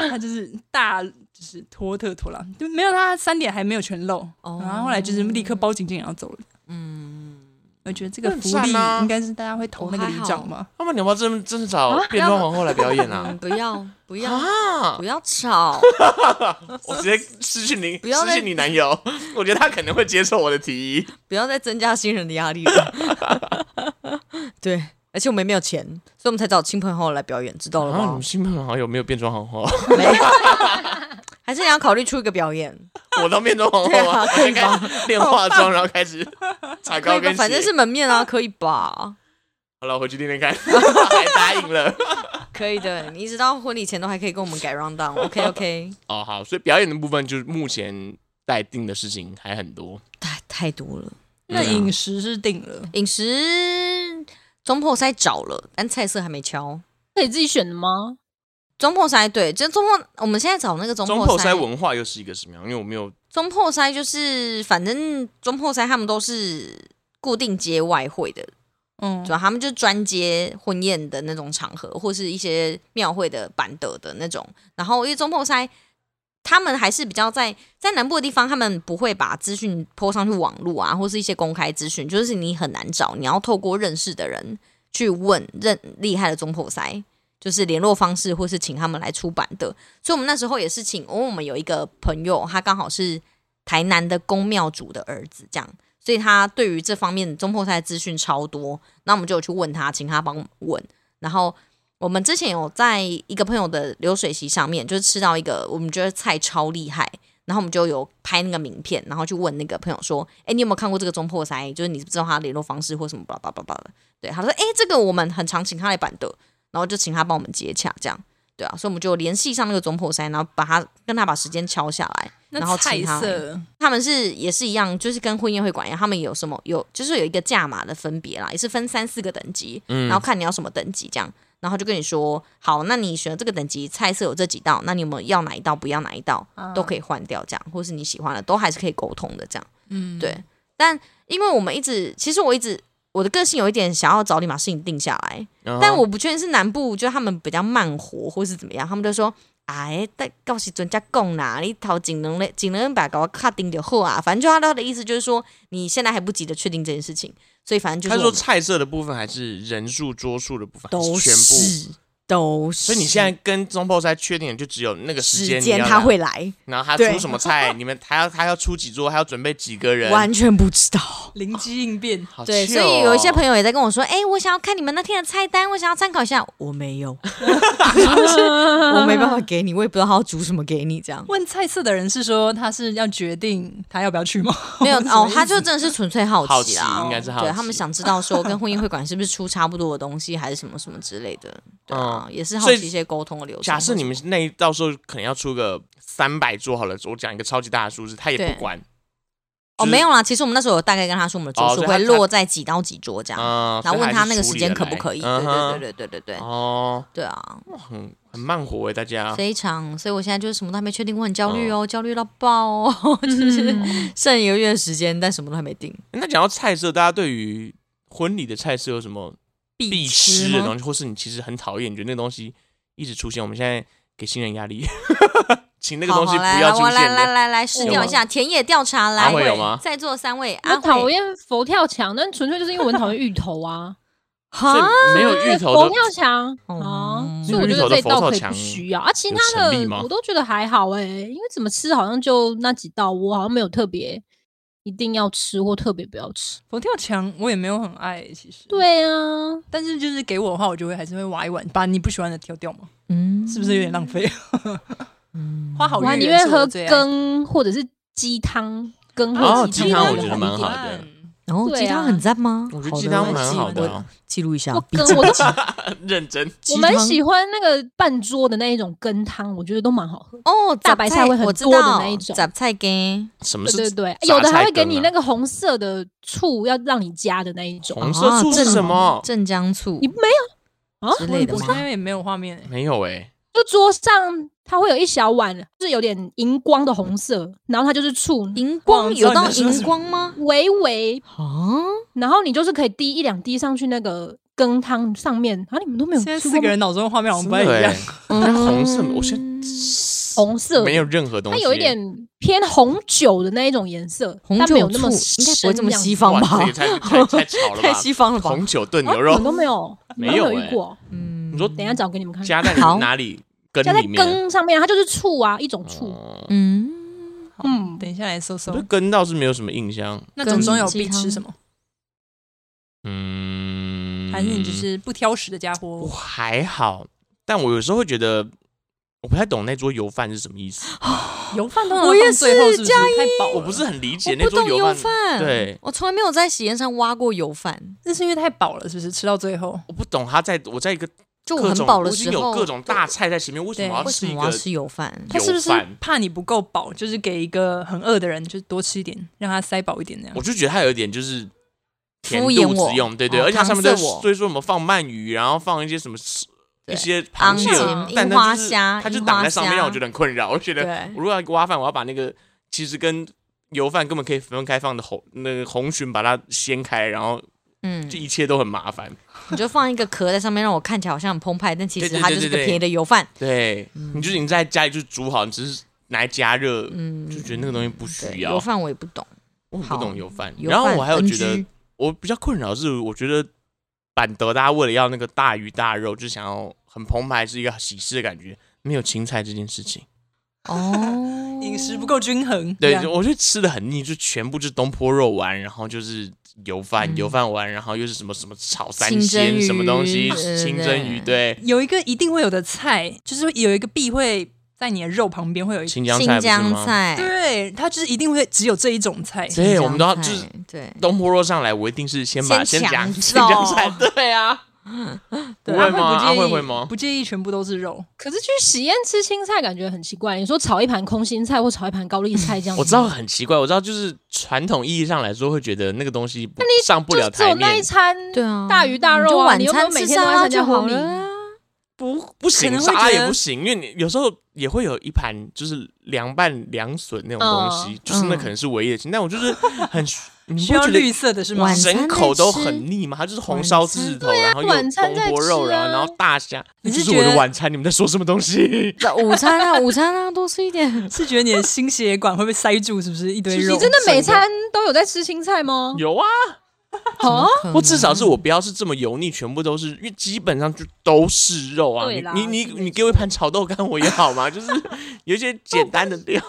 他就是大就是拖特拖了，就没有他三点还没有全漏，哦然后后来就是立刻包紧紧然后走了。嗯，我觉得这个福很利赞啊应该是大家会投那个我还里好长嘛。他们你要不要真真的找啊变装皇后来表演啊 *laughs* 嗯？不要不要啊！不要吵， *laughs* 我直接失去你，不要失再去你男友。 *laughs* 我觉得他可能会接受我的提议。不要再增加新人的压力了。 *laughs* 对，而且我们也没有钱，所以我们才找亲朋好友来表演，知道了啊，你吗们？亲朋好友没有变装皇 *laughs* 后，没 *laughs* 有，还是你要考虑出一个表演，我当变装皇后对啊啊，可以吧我就开始练化妆，然后 *laughs* 开始踩可高以跟吧？鞋。反正是门面啊，可以 *laughs* 吧？好了，我回去练练看， *laughs* 还答应了。可以的，你一直到婚礼前都还可以跟我们改 round down。OK *laughs* OK，哦，好，所以表演的部分就是目前待定的事情还很多。太太多了，那嗯啊饮食是定了，饮食中破塞找了，但菜色还没敲。可以自己选的吗？中破塞对，就中破，我们现在找那个中中破破塞塞，文化又是一个什么样？因为我没有中破塞就是反正中破塞他们都是固定接外汇的，嗯主，啊要他们就是专接婚宴的那种场合，或是一些庙会的板德的那种。然后因为中破塞，他们还是比较在在南部的地方，他们不会把资讯泼上去网络啊，或是一些公开资讯，就是你很难找，你要透过认识的人去问认厉害的中破塞。就是联络方式，或是请他们来出版的，所以我们那时候也是请，因、哦为我们有一个朋友，他刚好是台南的公庙主的儿子，这样，所以他对于这方面中破塞的资讯超多，那我们就有去问他，请他帮我们问。然后我们之前有在一个朋友的流水席上面，就是吃到一个我们觉得菜超厉害，然后我们就有拍那个名片，然后去问那个朋友说：“哎，你有没有看过这个中破塞？就是你知不知道他的联络方式或什么巴拉巴拉巴拉的？”对，他说：“哎，这个我们很常请他来板的，然后就请他帮我们接洽这样。”对啊，所以我们就联系上那个中破塞，然后把他跟他把时间敲下来，然后那菜请他来色他们是也是一样，就是跟婚宴会馆一样，他们有什么有就是有一个价码的分别啦，也是分三四个等级，嗯然后看你要什么等级这样，然后就跟你说，好，那你选这个等级菜色有这几道，那你们要哪一道不要哪一道啊都可以换掉这样，或是你喜欢的都还是可以沟通的这样。嗯，对，但因为我们一直其实我一直我的个性有一点想要早点把事情定下来，嗯但我不确定是南部，就他们比较慢活，或是怎么样，他们就说。哎，但到时准家讲啦，你头尽能嘞，尽能把搞卡定就好啊。反正就他他的意思就是说，你现在还不急着确定这件事情，所以反正就他是说我们菜色的部分还是人数桌数的部分，还都全部。是都是。所以你现在跟中破塞确定的就只有那个时时间，间你要他来，会来，然后他对出什 *laughs* 么菜，你们还要他要出几桌，还要准备几个人，完全不知道。灵机应变，好对， chill 所以有一些哦朋友也在跟我说，哎、我想要看你们那天的菜单，我想要参考一下。我没 *laughs* 有，我没办法给你，我也不知道他要煮什么给你，这样。问菜色的人是说他是要决定他要不要去吗？ *laughs* 没有什么哦意，思他就真的是纯粹好好奇奇啦，应该是好奇，对他们想知道说跟婚宴会馆是不是出差不多的东西，还是什么什么之类的，对啊，也是好所以奇一些沟通的流程。假设你们那一到时候可能要出个三百桌好了，我讲一个超级大的数字，他也对不管。哦就是没有啦，其实我们那时候有大概跟他说我们的桌哦数所以会他落在几到几桌这样，啊，然后问他那个时所以间还是可不可以？处理得对对来对对对对对嗯哼哦，啊对啊，很很慢活欸诶，大家。非常，所以我现在就是什么都还没确定，我很焦嗯虑哦，焦虑到爆哦， *laughs* 就是嗯剩一个月的时间，但什么都还没定。那讲到菜色，大家对于婚礼的菜色有什么必吃的东吗？西，或是你其实很讨厌，你觉得那东西一直出现？我们现在给新人压力， *laughs* 请那个好东西好来不来，要出我来现来的。来来试掉一下田野调查，来阿慧有吗在座三位，我阿啊讨慧，厌佛跳墙，但纯粹就是因为我很讨厌芋头啊，所哈，以没有芋头佛的跳墙啊哦，所以我觉得这一道可芋头的佛以跳墙不需要啊，其有他诚意吗的我都觉得还好哎、因为怎么吃好像就那几道，我好像没有特别一定要吃或特别不要吃。佛跳墙我也没有很爱，其实，对啊，但是就是给我的话，我就会还是会挖一碗，把你不喜欢的挑掉嘛，嗯是不是有点浪费？花好我还月宁圆愿是我喝最爱羹或者是鸡汤，羹哦或鸡汤我鸡觉得蛮好的然后对鸡汤啊很赞吗？我觉得的鸡汤蛮好的我哦，记录一下我。笔羹记我都认真。鸡我蛮汤喜欢那个半桌的那一种羹汤，我觉得都蛮好喝。哦，大杂白菜会很我知多的道那一种杂菜羹，什么对是对对，杂有的还菜会给羹你啊那个红色的醋，要让你加的那一种。红色啊醋是什么？镇江醋你没有啊？之我类的我这吗？边也没有画面欸，没有哎，就桌上它会有一小碗，就是有点荧光的红色，然后它就是醋，荧哇光我知有道你到在说什荧么光吗？微微，啊，然后你就是可以滴一两滴上去那个羹汤上面。啊，你们都没有现在吃四过个吗？欸人脑中的画面好像不太真的一样嗯欸。那红色，我现在红色，没有任何东它西，欸有一点偏红酒的那一种颜色，红它酒没有那么醋应该不深会这么样子西方哇吧 *laughs* 这也？太太太吵了吧太？西方了吧？红酒炖啊牛肉你，都没有，你没都有没有欸遇过。嗯你说等一下找给你们看，加在好哪里？根加在里面。羹上面啊，它就是醋啊，一种醋。哦嗯，好嗯等一下来搜搜我对。根倒是没有什么印象。那总中有鸡必吃汤什么？嗯，还是你就是不挑食的家伙？我还好，但我有时候会觉得我不太懂那桌油饭是什么 *laughs* 意思，油饭通常我也放最后是是不是加太饱了？我不是很理解我那不桌懂油油饭。饭，对我从来没有在喜宴上挖过油饭，那是因为太饱了，是不是？吃到最后，我不懂他在我在一个就我各很种饱的我已经时有候，各种大菜在前面，为什么对要为什吃一么我要个？吃油饭？他是不是油饭怕你不够饱，就是给一个很饿的人，就多吃一点，让他塞饱一点那样，我？就觉得他有一点就是填敷衍肚子我用，对对，哦而且它上面搪都塞我所以说我们放鳗鱼，然后放一些什么对一些螃昂蟹蟹、但樱它花就是虾，它就樱挡花在上面，虾让我觉得很困扰。我就觉得对我如果要挖饭，我要把那个其实跟油饭根本可以分开放的红那个红鲟把它掀开，然后嗯这，一切都很麻烦。你就放一个壳在上面，让我看起来好像很澎湃，但其对实对它对就是对个对便宜的油饭。对，你就已经在家里就煮好，你只是拿来加热，嗯，就觉得那个东西不对需要油。饭我也不懂，我很不好懂油饭，油然后饭我还有觉得 NG 我比较困扰是，我觉得板德大家为了要那个大鱼大肉，就是想要很澎湃，是一个喜事的感觉，没有青菜这件事情。哦 *laughs* 饮食不够均衡，这对，样就我觉得吃的很腻，就全部就是东坡肉丸，然后就是油饭，嗯油饭丸，然后又是什么什么炒三清蒸鲜什么东西，鱼对清对蒸鱼，对，有一个一定会有的菜，就是有一个必会在你的肉旁边会有一个，青江菜新不是疆吗？菜，对，它就是一定会只有这一种菜。对新我们都要疆就是菜对。东坡肉上来，我一定是先把先先抢讲哦新疆走菜，对啊，不对会阿慧吗？阿不介慧意会吗？不介意全部都是肉，可是去喜宴吃青菜感觉很奇怪，你说炒一盘空心菜或炒一盘高丽菜这样子，我知道很奇怪，我知道就是传统意义上来说，会觉得那个东西不上不就了是只有台那一面，餐对啊，大鱼大你肉就啊，晚你又没有餐每吃天都沙在拉参加就好婚礼了，啊。不不可行，能会沙拉觉也得不行，因为你有时候也会有一盘就是凉拌凉笋那种东西，嗯就是那可能是唯一的。但我就是很，你不需要觉绿得色的是吗晚？餐整口都很腻吗？它就是红烧狮子头，然后又有晚餐东坡肉，在吃啊然后然后大虾，你那就是是我觉的得晚餐。你们在说什么东西？那午餐啊，午餐啊，多吃一 *laughs* 点。是觉得你的心血管会被塞住，是不是一堆你肉？真的每餐都有在吃青 *laughs* 菜吗？有啊，啊哦，或至少是我不要是这么油腻，全部都是，因为基本上就都是肉啊。对你啦你你是没你给我一盘炒豆干，我也好 *laughs* 嘛，就是有一些简单的料，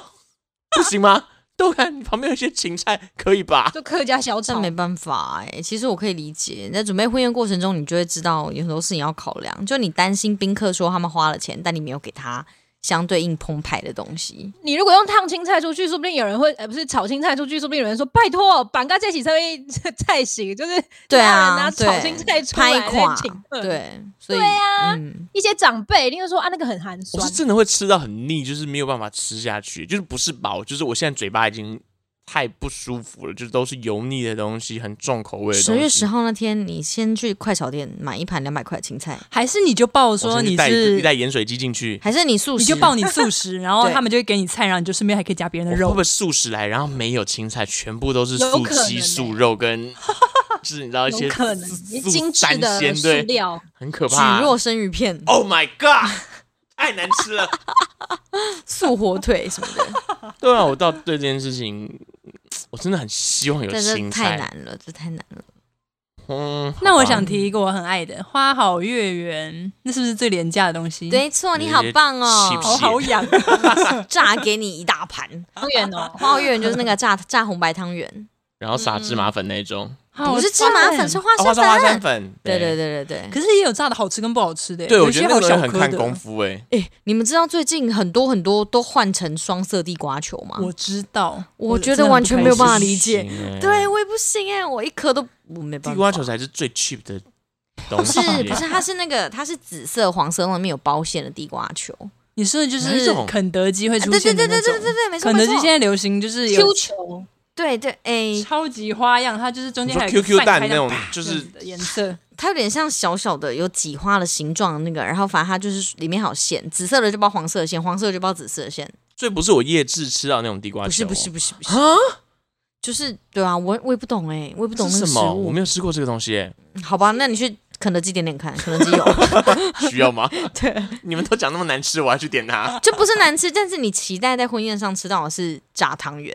不行吗？豆干旁边有一些芹菜，可以吧？就客家小这炒没。办法哎、其实我可以理解，在准备婚宴过程中，你就会知道有很多事情要考量。就你担心宾客说他们花了钱，但你没有给他相对应澎湃的东西。你如果用烫青菜出去，说不定有人会，呃，不是炒青菜出去，说不定有人说拜托，板嘎在一起才会菜行，就是对让人拿啊，炒青对，菜出来拍垮来请客，对，所以对啊嗯，一些长辈一定会说啊，那个很寒我酸是，真的会吃到很腻，就是没有办法吃下去，就是不是饱，就是我现在嘴巴已经太不舒服了，就是都是油腻的东西，很重口味的十东月西十。号那天，你先去快炒店买一盘两百块的青菜，还是你就报我说先去你带一一是袋盐水鸡进去，还是你素你食？就报你素 *laughs* 食，然后对他们就会给你菜，然后你就顺便还可以加别人我的会肉不。会素食来，然后没有青菜，全部都是有素可能鸡、欸素肉 *laughs* 跟，就是你知道一些有可能素一素些精致三的鲜塑对，料，很可蒟怕。啊蒻生鱼片、 Oh my god！太 *laughs* 难吃了。素火腿什么的， *laughs* 对啊，我到对这件事情，我真的很希望有但是青太菜。难了，这太难了。嗯，好那我吧想提一个我很爱的花好月圆，那是不是最廉价的东西？，没错，你好有一些棒哦！ cheap 头好痒。炸给你一大盘。当然哦，花月圆就是那个炸炸红白汤圆，然后撒芝麻粉那种，不是嗯芝好麻赞粉，是花啊花生粉。生花生粉，对对对对对。可是也有炸的好吃跟不好吃的耶。对，有我一觉得些好那个小东西很颗看的功。夫哎。哎、你们知道最近很多很多都换成双色地瓜球吗？我知道，我觉真的得很完不全开没有心办法理解不。行欸对，我也不行哎、我一颗都我没办法。地瓜球才是最 cheap 的东不西是耶。不是，它是那个它是紫色黄色那里面有包馅的地瓜球。你说的就哪一是种肯德基会啊出对对现的对那对种对对对，没错肯没德基现错。在流行就是有 Q 球，对对，哎、超级花样，它就是中你间说还有一个 QQ 饭蛋开那这样嗯种，就是的颜色，它有点像小小的有几花的形状的那个，然后反正它就是里面还有馅，紫色的就包黄色的馅，黄色的就包紫色的馅。最不是我夜市吃到那种地瓜球，不是不是不是不是，啊，就是对啊，我我也不懂哎、我也不懂那这是个什食么？物我没有吃过这个东西耶。欸好吧，那你去肯德基点点看，肯德基 *laughs* 有，需要吗？ *laughs* 对，你们都讲那么难吃，我还去点它。就不是难吃，但是你期待在婚宴上吃到的是炸汤圆，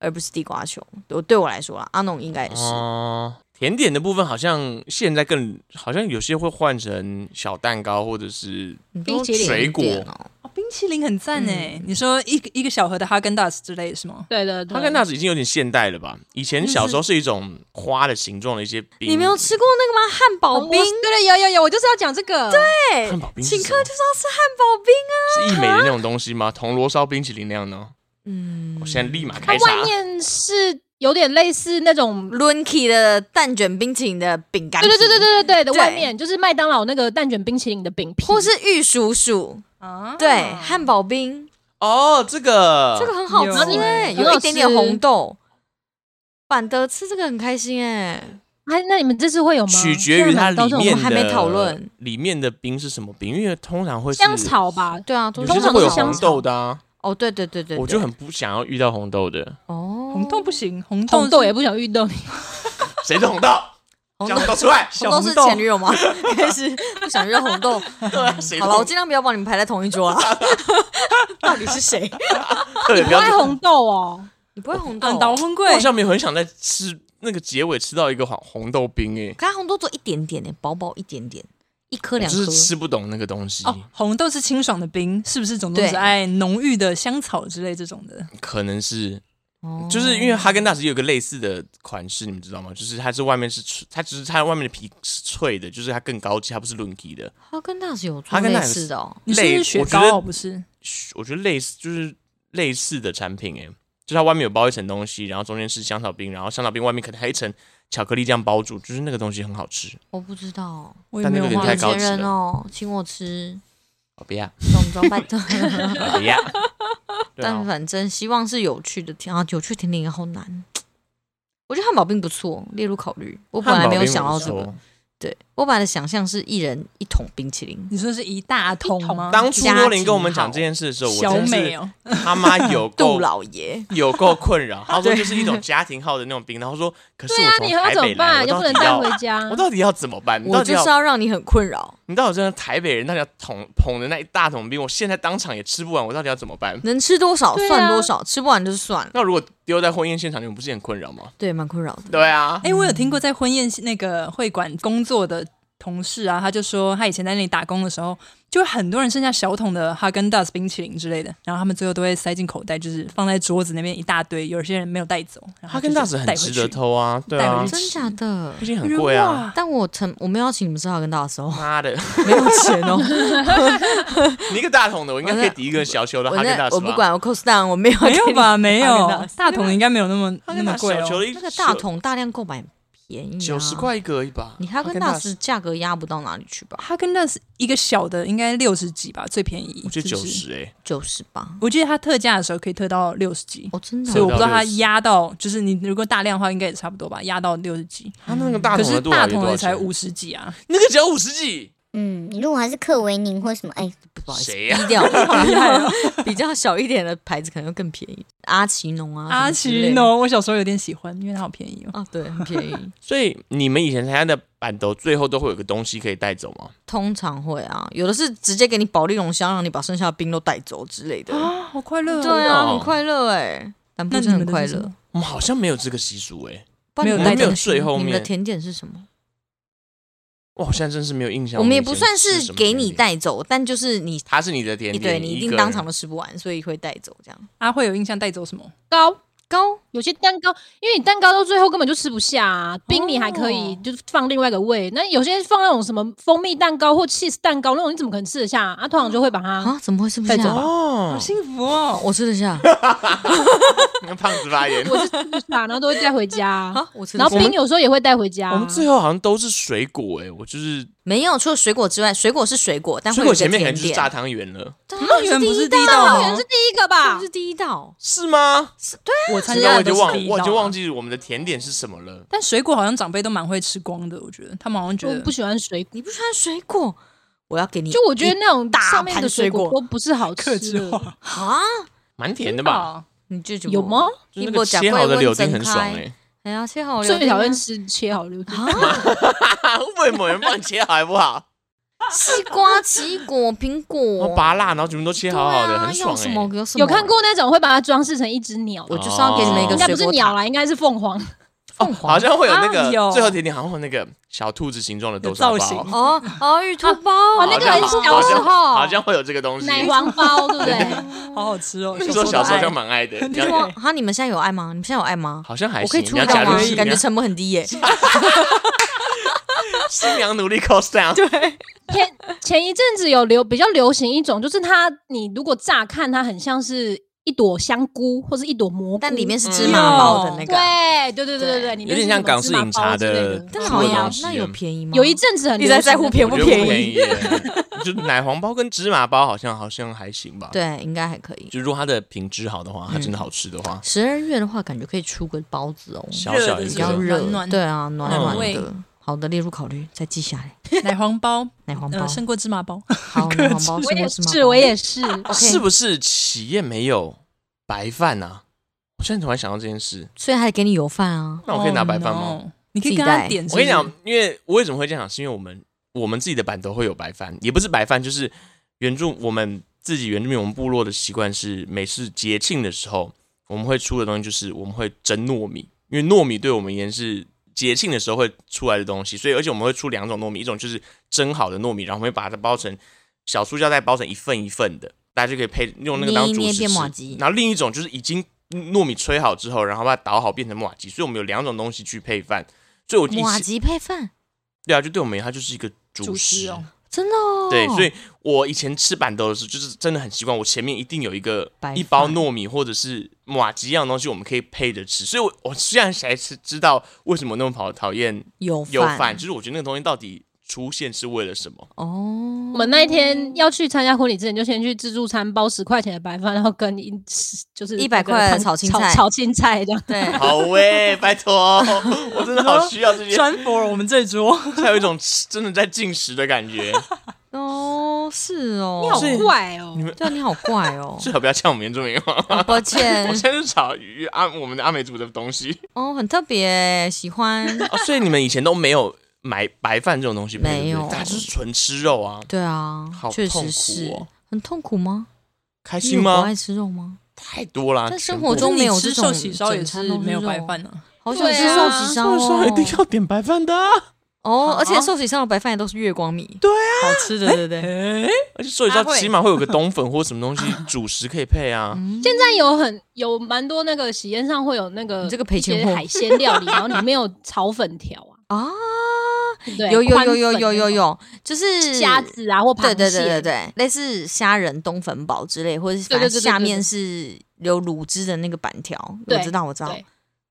而不是地瓜球。我对我来说啦，阿农应该也是。哦，甜点的部分好像现在更好像有些会换成小蛋糕或者是你说冰淇淋水果甜点哦，哦，冰淇淋很赞哎、你说一个一个小盒的哈根达斯之类的是吗？对的，哈根达斯已经有点现代了吧？以前小时候是一种花的形状的一些冰，你没有吃过那个吗？汉哦堡我冰，对了，有有有，我就是要讲这个。对，对汉堡冰是请什么，客就是要吃汉堡冰啊。是一美的那种东西吗？铜锣烧冰淇淋那样呢？嗯我现在立马它开查外。面是有点类似那种， ，Lunky 的蛋卷冰淇淋的饼干对皮，对对对对对对的，哦对外面就是麦当劳那个蛋卷冰淇淋的饼皮，或是玉蜀黍，啊，对，汉堡冰，哦，这个这个很好有吃哎，欸有很一好点点吃红豆。板的吃这个很开心哎，哎，那你们这次会有吗？取决于它里我们面的还没讨论里面的冰是什么冰，因为通常会是 *laughs* 香，草吧？对啊，都有是些通是常会有是香红草豆的啊。哦，对对对对，我对就很不想要遇到红豆的，哦，红豆不行，红豆红豆是也不想运 *laughs* 动，谁是红豆？ *laughs* 红讲豆！红豆出来红豆是小红豆前女友吗？ *laughs* 应该是不想认红豆。*laughs* 对啊，谁是好了，我红尽量不要把你们排在同一桌啊啦。到底是谁？豆？也不不要爱红豆哦。你不会红豆嗯，倒哦？翁我贵好，像没有很想再吃那个结尾吃到一个红红豆冰欸诶、可它红豆做一点点呢，薄薄一点点，一颗我两就颗是。吃不懂那个东西，哦，红豆是清爽的冰，是不是？总都对是爱浓郁的香草之类这种的。可能是哦就是因为哈根达斯也有个类似的款式，你们知道吗？就是它是外面是脆它只是它外面的皮是脆的，就是它更高级，它不是论皮的。哈根达斯有做哈根类达斯似的哦，你是不类是雪我觉得糕哦？不是，我觉得类似就是类似的产品、欸，就是它外面有包一层东西，然后中间是香草冰，然后香草冰外面可能还有一层巧克力酱包住，就是那个东西很好吃。我不知道。我也但没那有个有点画太有面。高钱级人了哦，请我吃，我哦不要，懂装 *laughs* *laughs* 拜托。我不要。 *laughs* 对但啊，反正希望是有趣的甜啊，有趣甜点也好难。我觉得汉堡并不错，列入考虑。我本来没有想到这汉堡冰个我，不错对我本来的想象是一人一桶冰淇哦淋，你说是一大桶吗？当初家罗琳跟我庭们讲号这件事的时候，我小真美是哦，他妈 *laughs* 有够杜老爷。有够困扰。他说对就是一种家庭号的那种冰，然后说可是对我啊，从你要台怎北么来，办？我又到不底能带要回家啊我。到底要怎么办？你我到底就是要要让你很困扰，你到底真的台北人，到底要捅捧的那一大桶冰，我现在当场也吃不完，我到底要怎么办？能吃多少对啊算多少，吃不完就算了。那如果丢在婚宴现场，你们不是也很困扰吗？对，蛮困扰的。对啊，哎、我有听过在婚宴那个会馆工作的同事啊，他就说他以前在那里打工的时候，就很多人剩下小桶的哈根达斯冰淇淋之类的，然后他们最后都会塞进口袋，就是放在桌子那边一大堆，有些人没有带走。然后哈就根是达斯很带回值去得，偷啊，对带啊回，去真假的？毕竟我很觉得贵啊。哎哇但我曾我没有请你们吃哈根达斯哦， *laughs* 妈的， *laughs* 没有钱哦。你一个大桶的，我应该我可以那抵一个小球的我哈根那达斯我吧不，管，我 cos down，我没有没有给你？吧？没哈根达有斯大桶应该没有那么哈那根达么斯贵小球哦。的一那个大桶大量购买很便宜、啊，九十。块一个而已吧。你哈根达斯，价格压不到哪里去吧？哈根达斯一个小的应该六十几吧，最便宜。我觉得是九不是，十哎，九十吧？我记得它特价的时候可以特到六十几。哦，真的所以哦、我不知道它60压到，就是你如果大量的话，应该也差不多吧，压到六十几。他啊那个大可桶是的多少大也多桶的少才钱？五十几啊，那个只要五十几，嗯，你如果还是克维宁或什么，哎、不好意思，谁呀低 *laughs* 调，厉害啊！比较小一点的牌子可能会更便宜。阿奇农啊，阿什么之奇类的诺，我小时候有点喜欢，因为它好便宜哦。啊，对，很便宜。所以你们以前参加的板头最后都会有个东西可以带走吗？通常会啊，有的是直接给你保利龙箱，让你把剩下的冰都带走之类的。啊，好快乐、对真的啊，哦很快乐哎、南部那真你的很们的快是什乐么。我们好像没有这个习俗哎、不然没有你们带你们到最后你们面的甜点是什么？哇，我现在真是没有印象。我们也以前不算吃是什么给甜你点，带走，但就是你它是你的甜你对点，你一你个定人当场都吃不完，所以会带走这样。阿慧有印象带走什么？糕，糕有些蛋糕，因为你蛋糕到最后根本就吃不下、啊，冰你还可以哦就是放另外一个味。那有些放那种什么蜂蜜蛋糕或 cheese 蛋糕那种，你怎么可能吃得下啊？啊通常就会把它啊，怎么会吃不下带？走吧哦 *laughs* 好，幸福哦！我吃得下那胖子发言。我是吃不下，然后都会带回家。啊，我吃得然下。后冰有时候也会带回家。 *laughs* 我们最后好像都是水果哎、我就是没有，除了水果之外，水果是水果，但水会有果一个前面可能甜就是炸点。啊汤圆了，汤圆不是第一道道啊，吗选是第一个吧这是，第一道。是吗？我参那加的我已经都是忘第，一道我已经啊忘。记我们的甜点是什么了。但水果好像长辈都蛮会吃光的，我觉得他们好像觉我得不喜欢水果，你不喜欢水果，我要给你一。就我觉得那种大上面盘的水水果果都不是好克吃制的。化啊，蛮甜的真吧？哦你拒绝有我吗？就是你那不个假切好怪的问柳丁真很爽开哎、哎呀，切好最榴讨厌莲吃切好榴莲，啊， *laughs* 为某人帮你切好还不好？西瓜、奇异果、苹我果，拔辣，然后全部都哦切好好对的，啊很爽要什哎、么有什么？有看？过那种会把它装饰成一只鸟，我就是要给你们一哦个应该不水是果鸟塔。啦，应该是凤凰。凤好凰像会有那哎个、啊有最后甜点，好像会有那个小兔子形状的豆沙包，有造型哦哦，玉兔包，哇，好啊那个像很好小时像好候，像会有这个东西。奶黄包，对不对？好好吃哦。你说小时候就买，蛮爱的， *laughs* 你要说哈，你们现在有爱吗？你们现在有爱吗？好像还啊我可以行。出你要得加到入吗入？新戏感觉娘，成本很低耶。新娘努力 cos down，前前一阵子有流比较流行一种，就是它，你如果乍看它很像是一朵香菇或者一朵蘑菇，但里面是芝麻包的那个，啊对对对对对对对，里面有点是像什么港芝式麻饮包茶之类的的但嗯是好做的像东西那有便宜吗？有一阵子很你在流行在乎的便我不觉得不便便宜？宜耶。 *laughs* 就是奶黄包跟芝麻包好像好像还行吧。，对，应该还可以。就如果它的品质好的话，它真的好吃的话，十二月的话，感觉可以出个包子哦，小小一比比较较个嗯热，暖暖对啊，暖暖暖胃的。好的，列入考虑，再记下来。奶黄包，奶黄嗯包呃，，胜过芝麻包。 *laughs* 好，奶黄包我也什么？哦是，我 *laughs* 也是。 OK 是不是企业没有白饭啊？我现在突然想到这件事，所以还给你油饭啊。那我可以拿 Oh 白饭吗 no？你可自以己跟他带点。我跟你是不讲是，，因为我为什么会这样想，是因为我们我们自己的板头会有白饭，也不是白饭，就是原住我们自己原住民我们部落的习惯是，每次节庆的时候，我们会出的东西就是我们会蒸糯米，因为糯米对我们而言是节庆的时候会出来的东西，所以而且我们会出两种糯米，一种就是蒸好的糯米，然后我们会把它包成小塑胶袋，包成一份一份的，大家就可以配用那个当捏一主捏食变马吃吉。然后另一种就是已经糯米吹好之后，然后把它捣好变成马吉，所以我们有两种东西去配饭。所以我一马直吉配饭，对啊，就对我们而言它就是一个主主食食。哦真的哦。对，所以我以前吃板豆的时候，就是真的很习惯，我前面一定有一个白一包饭糯米或者是马吉一样的东西，我们可以配着吃。所以我，我虽然才是知道为什么那么讨讨厌有油饭，就是我觉得那个东西到底出现是为了什么？ *laughs* 哦。我们那一天要去参加婚礼之前，就先去自助餐包十块钱的白饭，然后跟一就是100块的炒青菜炒青菜这样。对， *laughs* 好喂，拜托，我真的好需要这 *laughs* 些，专 for 我们这桌，才有一种吃真的在进食的感觉。哦，是哦。你好是怪哦你！们对啊，你好怪 *laughs* 哦。最好不要像我们原住民哦，好抱我 *laughs* 歉现在是炒鱼阿我们的阿美族的东西。哦，很特别，喜欢。 *laughs* 哦，所以你们以前都没有买白饭这种东西配，没有对不对大家就是纯吃肉啊，对啊好，确痛实苦是哦很痛苦吗？开你心有不吗爱？吃肉吗？太多啦，但生全部活中没有可是你这吃种寿喜烧也是整餐都是没有肉白饭呢。好想吃对寿啊喜烧寿喜烧哦一定要点白饭的啊、哦，而且啊寿喜烧的白饭也都是月光米，对啊，好吃的，对对对。哎， *laughs* 而且寿喜烧阿慧起码会有个冬粉或什么东西主食可以配啊。嗯现在有很有蛮多那个喜宴上会有那个你这个赔钱呃一货些海鲜料理，然后里面有炒粉条啊，啊，对不对，有有宽有粉有有有那种有，就是虾子啊或螃蟹，对对对对对，类似虾仁冬粉堡之类，或者是对反正对对对下对面对是有卤汁的那个板条，我对知道我知道对，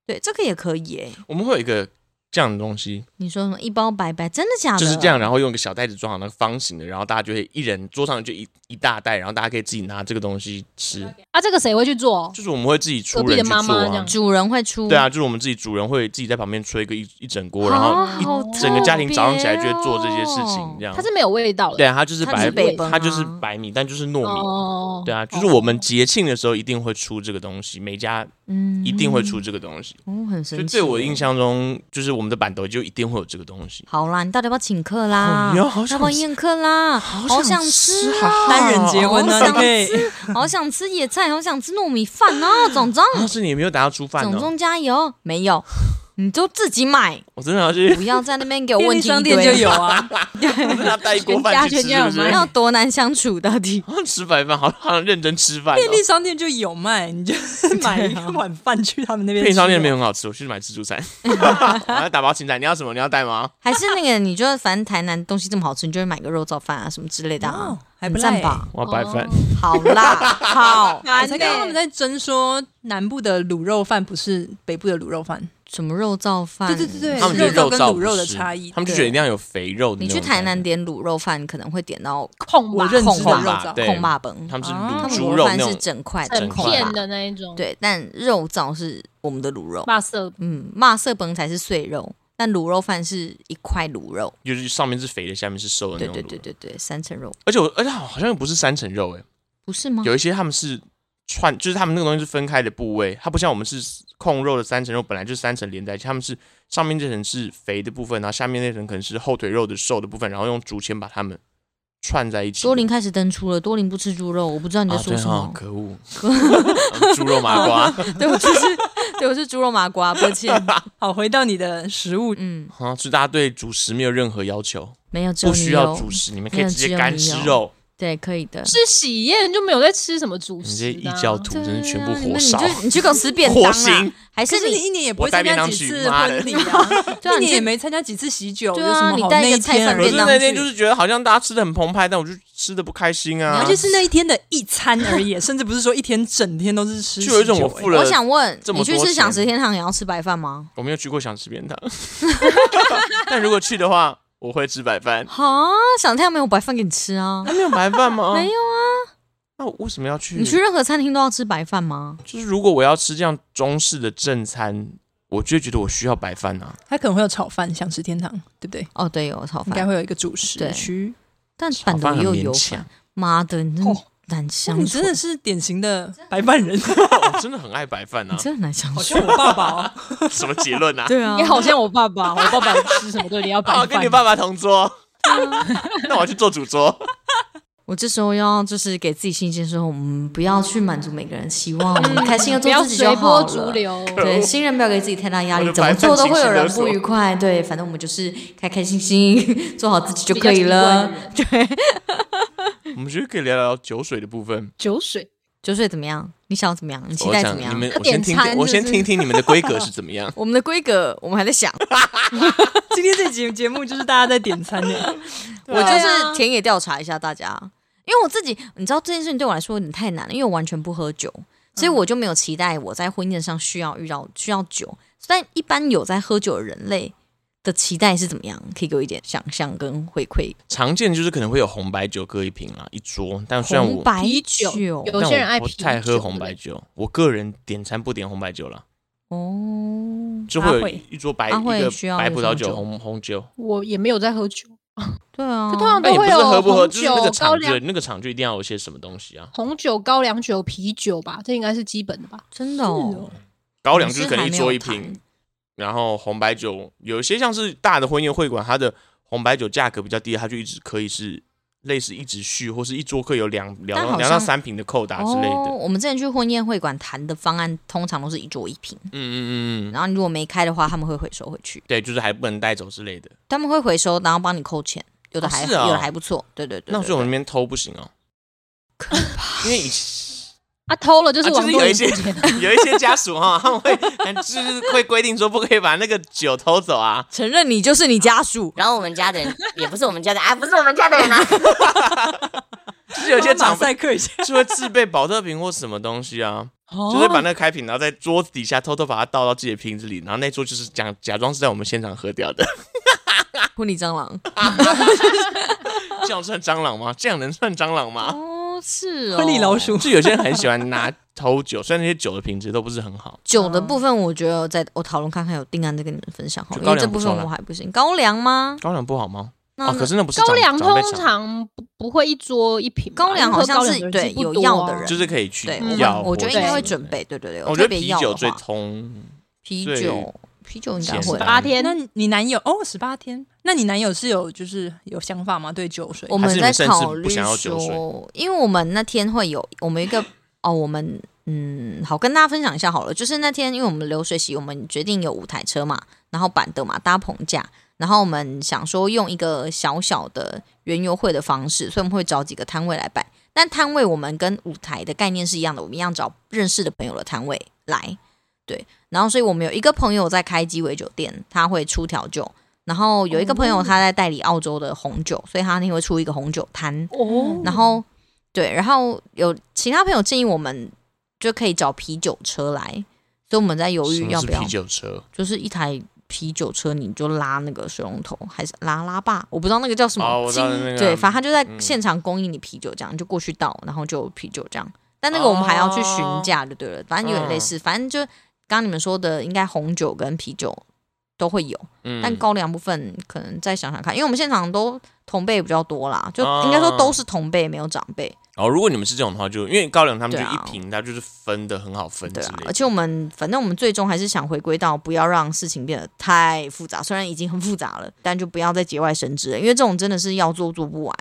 对这个也可以诶。我们会有一个这样的东西，你说什么一包白白，真的假的？就是这样，然后用一个小袋子装好那个方形的，然后大家就会一人桌上就一一大袋，然后大家可以自己拿这个东西吃。啊，这个谁会去做？就是我们会自己出隔壁人的去妈做妈这啊样，主人会出对啊，，就是我们自己主人会自己在旁边吹一个一一整锅，然后啊一好整个家庭特早上起来就别会做这些事情哦，这样它。是没有味道的。对啊，它就是它就是白，北奔它就是啊白米，但就是糯米。哦，对啊，就是我们节庆的时候一定会出这个东西，每家嗯一定会出这个东西。哦，很所以神奇。对我的印，象中，就是我们的板豆就一定会有这个东西。好啦，你到底要不要请客啦？哦哟好想要不要宴客啦？好想吃啊啊！单人结婚好呢，想你可以好想吃野菜，好想吃糯米饭啊！总总，啊！是你没有打算出饭总哦，总加油！没有，你就自己买，我真的要去，不要在那边给我便问利题一商堆店就有啊。我真的要带一锅饭去吃，是全家不全家是有？卖要多难相处到底？好像 *laughs* 吃白饭，好好像认真吃饭哦。便利商店就有卖，你就买一碗饭去他们那边。便利商店没有，很好吃，我去买自助餐。 *laughs* 我要打包青菜，你要什么？你要带吗？还是那个，你就反正台南东西这么好吃，你就会买个肉燥饭啊什么之类的啊哦，还很不赖赞吧？我要白饭哦。好啦，好，我才看到他们在争说南部的卤肉饭不是北部的卤肉饭。什么肉燥饭？对对对对，他们觉肉得燥跟燥卤不肉的是差异，他们就对觉得一定要有肥肉的那你种去感觉。台南点卤肉饭，可能会点到控吧我，认控知的吧肉燥，对控霸崩，他们是啊哦他卤们猪卤肉饭那是种整块的整整控块霸片，的那一种，，对，但肉燥是我们的卤肉，辣色嗯，骂色崩才是碎肉，但卤肉饭是一块卤肉，就是上面是肥的，下面是瘦的那对种。对对，对对，三层肉而且我而且好像又不是三层肉哎，不是吗？有一些他们是串，就是他们那个东西是分开的部位，它不像我们是控肉的三层肉本来就三层连在一起，他们是上面这层是肥的部分，然后下面那层可能是后腿肉的瘦的部分，然后用竹签把它们串在一起的。多林开始登出了，多林不吃猪肉，我不知道你在啊，说对什哈么，。可恶， *laughs* 嗯猪肉麻瓜 *laughs* *laughs* 对，我就是，对，我是猪肉麻瓜，抱歉。好，回到你的食物，嗯，啊！是大家对主食没有任何要求，没有，只有不你需要有主食，你们没可以有直只接有干你吃有肉。对，可以的。吃喜宴就没有在吃什么主你这食异的啊、教徒真是全部对啊火烧你，们你就你去给我吃 *laughs* 便当火啊星！还可是是你你一年也不我会带参便加当几去次妈的婚礼啊，对啊一你年就也没参加几次喜酒，对啊有什么你好带一那个一菜天饭而可便已是当那天去就是觉得好像大家吃的很澎湃，但我就吃的不开心啊，你要而去且是那一天的一餐而 *laughs* 已，甚至不是说一天整天都是吃喜酒。就有一种我付哎了。我想问这，么你去多吃享钱食天堂也要吃白饭吗？我没有去过想吃 *laughs* 便当，但如果去的话，我会吃白饭。哈，享食天堂没有白饭给你吃啊？那没啊有白饭吗？没有啊。那我为什么要去？你去任何餐厅都要吃白饭吗？就是如果我要吃这样中式的正餐，我就会觉得我需要白饭啊。他可能会有炒饭，想吃天堂，对不对？哦，对，有炒应该饭，会有一个主食对区。但炒板豆饭很也有勉油强饭。妈的，你真哦的难相哇处，你真的是典型 *laughs* 的白饭人，我真的很爱白 *laughs* 饭你啊！真的难相好处。像我爸爸哦。什么结论啊？对啊你，好像我爸爸，我爸爸吃什么都一定要摆啊，饭。跟你爸爸同 *laughs* 桌， *laughs* 那我要去做主桌。我这时候要就是给自己信心，说，嗯，不要去满足每个人期望，我们开心的嗯不做要自己随就波好逐了。流。对，新人不要给自己太大压力我，的怎么白饭做都情会有绪人勒不索愉快。对，反正我们就是开开心心 *laughs* 做好自己就比较可以习惯了的人。对，我们觉得可以聊聊酒水的部分。酒水，就是怎么样？你想要怎么样？你期我待怎想么你样？。们，要我先点听餐，我是先不是听听你们的规格 *laughs* 是怎么样我们的规格我们还在想， *laughs* 今天这集节目就是大家在点餐 *laughs* 的，我就对啊是田野调查一下大家，因为我自己，你知道这件事情对我来说有点太难了，因为我完全不喝酒，所以我就没有期待我在婚宴上需要遇到需要酒。但一般有在喝酒的人类的期待是怎么样？可以给我一点想象跟回馈。常见就是可能会有红白酒各一瓶啊，一桌。但虽然红我白啤酒酒但有我些人爱不啤太喝酒红对不白对酒，我个人点餐不点红白酒了，哦，就会阿有慧一桌白阿慧一个需要白有葡什萄么酒、酒红红酒。我也没有在喝酒，对啊，就通常那都也不会是有喝不喝，红就是那个酒、高场就粱那个场就一定要有一些什么东西啊。红酒、高粱酒、啤酒吧，这应该是基本的吧？真的哦，高高粱就是可能一桌一瓶，，然后红白酒有一些像是大的婚宴会馆，它的红白酒价格比较低，它就一直可以是类似一直续，或是一桌可以有两两但到好两到像三瓶的扣啊打之类的。哦，我们之前去婚宴会馆谈的方案，通常都是一桌一瓶，嗯嗯嗯嗯，然后你如果没开的话，他们会回收回去，对，就是还不能带走之类的。他们会回收，然后帮你扣钱，有的哦还、是啊有的还不错，对对对那对所以我们那边偷不行 *laughs* 哦，因为以 *laughs* 啊，偷了就啊是就是往多有一人些付钱。有一些家属哈，他们会就是会规定说不可以把那个酒偷走啊。承认你就是你家属，然后我们家的人也不是我们家的，啊，不是我们家的人啊。 *laughs* 就是有些马长辈赛克一下，就会自备保特瓶或什么东西啊，哦就会把那个开瓶，然后在桌子底下偷偷把它倒到自己的瓶子里，然后那桌就是假假装是在我们现场喝掉的。啊婚礼蟑螂这样算蟑螂吗？这样能算蟑螂吗？哦，是哦 *laughs* 婚礼老鼠。就有些人很喜欢拿偷酒，虽然那些酒的品质都不是很好。酒的部分，我觉得在我讨论看看有定案再跟你们分享好了，就因高为粱这部分不错啦我还不行。高粱吗？高粱不好吗？那哦，可是那不是高长粱长辈通厂常不不会一桌一瓶吧，高粱好像是因为对有喝高粱的人其实不多啊药的人就是可以去对，我要们，我觉得或应该者会是准备，对对对，我觉特得别啤要酒的最话，通，啤最酒啤酒应该简会啦单八 *laughs* 天那你男友哦，十八天，那你男友是有就是有想法吗？对酒水我还们是在你甚至考不虑想要酒水说，因为我们那天会有我们一个哦，我们嗯，好跟大家分享一下好了，就是那天因为我们流水席，我们决定有五台车嘛，然后板凳嘛搭棚架，然后我们想说用一个小小的园游会的方式，所以我们会找几个摊位来摆。但摊位我们跟舞台的概念是一样的，我们一样找认识的朋友的摊位来，对。然后，所以我们有一个朋友在开鸡尾酒店，他会出调酒。然后有一个朋友他在代理澳洲的红酒，所以他那天会出一个红酒摊。哦，然后对，然后有其他朋友建议我们就可以找啤酒车来，所以我们在犹什豫么要是不要啤，酒车？就是一台啤酒车，你就拉那个水龙头还是拉拉把，我不知道那个叫什么，哦，我知道金那个对，反正他就在嗯现场供应你啤酒，这样、你就过去倒，然后就有啤酒这样。但那个我们还要哦去询价就对了，反正有点嗯类似，反正就刚刚你们说的，应该红酒跟啤酒都会有。嗯但高粱部分可能再想想看，因为我们现场都同辈比较多啦，就啊应该说都是同辈，没有长辈，然后哦如果你们是这种的话就，因为高粱他们就对啊一瓶，它就是分的很好分之对类啊的，。而且我们反正我们最终还是想回归到不要让事情变得太复杂，虽然已经很复杂了，但就不要再节外生枝了，因为这种真的是要做做不完。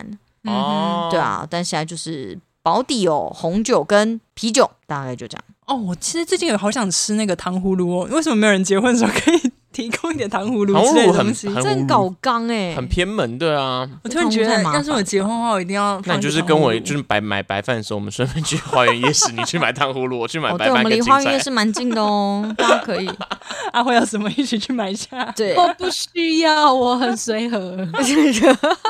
嗯哦，对，啊，但现在就是保底有红酒跟啤酒，大概就这样。哦，我其实最近有好想吃那个糖葫芦哦，为什么没有人结婚的时候可以提供一点糖葫芦糖葫之类的芦哦很东西？很真搞刚哎、很偏门，对啊。我突然觉糖葫芦得，太麻烦要是我结婚的话，我一定要放一个那糖葫芦。你就是跟我就是白买白饭的时候，我们顺便去花园夜市，你去买糖葫芦，我去买哦，白对，我饭们跟离青花园菜夜。市蛮近的 *laughs* 哦，大家可以。，阿辉要什么一起去买一下 *laughs* 对，我不需要，我很随和。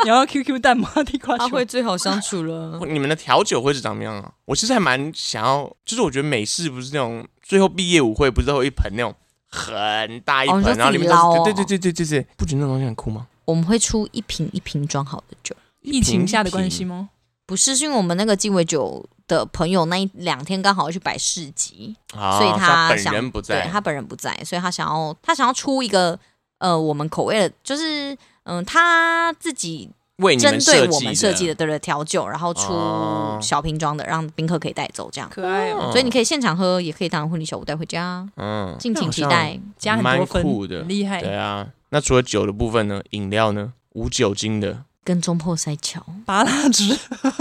然后 QQ 蛋抹地瓜阿球慧。最好相处了。你们的调酒会是怎么样啊？我其实还蛮想要，就是我觉得美式不是那种最后毕业舞会不是都有一盆那种很大一哦盆，你说然后里面自己捞都哦是对对对对对对，不觉得那种东西很酷吗？ *laughs* 我们会出一瓶一瓶装好的酒，疫情下的关系吗？不是是因为我们那个鸡尾酒的朋友那一两天刚好要去摆市集，啊，所以他本想人不对在，他本人不在，所以他想要他想要出一个呃我们口味的，就是嗯、他自己哎为你针们对设我们计设计的对对调酒，然后哦出小瓶装的，让宾客可以带走这样。可爱哦，所以你可以现场喝，也可以当婚礼小物带回家，嗯，敬请期那好像待。加很多分，蛮酷的很厉害。对啊，那除了酒的部分呢？饮料呢？无酒精的，跟中破塞桥，拔蜡汁，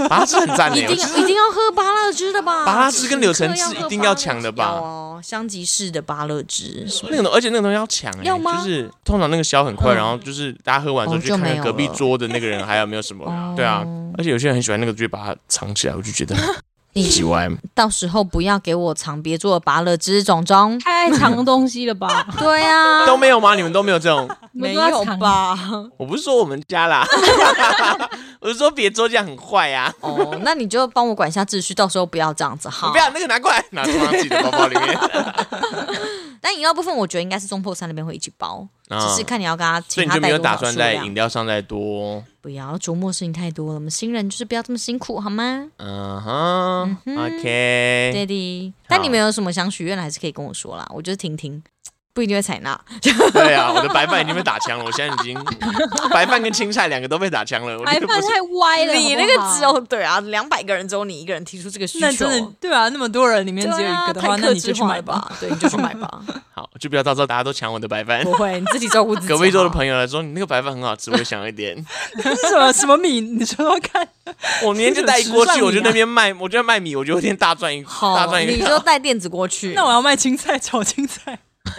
拔汁很赞一的，定一定要喝芭乐汁的吧？拔蜡汁跟柳橙汁此刻喝一定要抢的吧芭乐汁哦，香吉士的芭乐汁，那个，而且那个东西要抢、欸，要吗就是通常那个消很快，嗯然后就是大家喝完之后哦去就看没看有隔壁了桌的那个人还有没有什么，哦对啊。而且有些人很喜欢那个，就把它藏起来，我就觉得你嗯几歪。到时候不要给我藏别做的芭乐汁，种 *laughs* 种。太藏东西了 *laughs* 吧？对啊， *laughs* 都没有吗？你们都没有这种？你们没都要有藏？吧？我不是说我们家啦，我是说别桌这样很坏啊呀、 *laughs* 哦，那你就帮我管一下秩序，到时候不要这样子啊！哈不。要那个拿过来，拿装到自己的包包里面。但饮料部分，我觉得应该是中破塞那边会一起包， *laughs* 只是啊看你要跟他，所请以你他就没带有多打少算数在量饮。料上再多？不要琢磨事情太多了，我们新人就是不要这么辛苦好吗嗯哼嗯哼，OK。 ，Daddy？哎好但你们有什么想许愿的，还是可以跟我说啦，我就是听听，不一定会采纳。对啊，我的白饭已经被打枪了，我现在已经白饭跟青菜两个都被打枪了，我白觉得不饭是太歪 *laughs* 了，你那好不个哎好只有对啊，两百个人只有你一个人提出这个需求，那真的对啊，那么多人里面对只有一啊，个的话，太那克你就制去化买了吧。吧，对，你就去买吧，好，就不要到时候大家都抢我的白饭不。会，你自己照顾自己。 *laughs* 隔壁桌的友，朋友来说，你那个白饭很好吃，我也想要 *laughs* 一点。是什么什么米？你说说看。我明天就带一锅去，我就那边卖，我就卖米，我就有一天大赚一大啊 *laughs* 好，赚一你个。就带电子锅去。那我要卖青菜炒青菜， *laughs*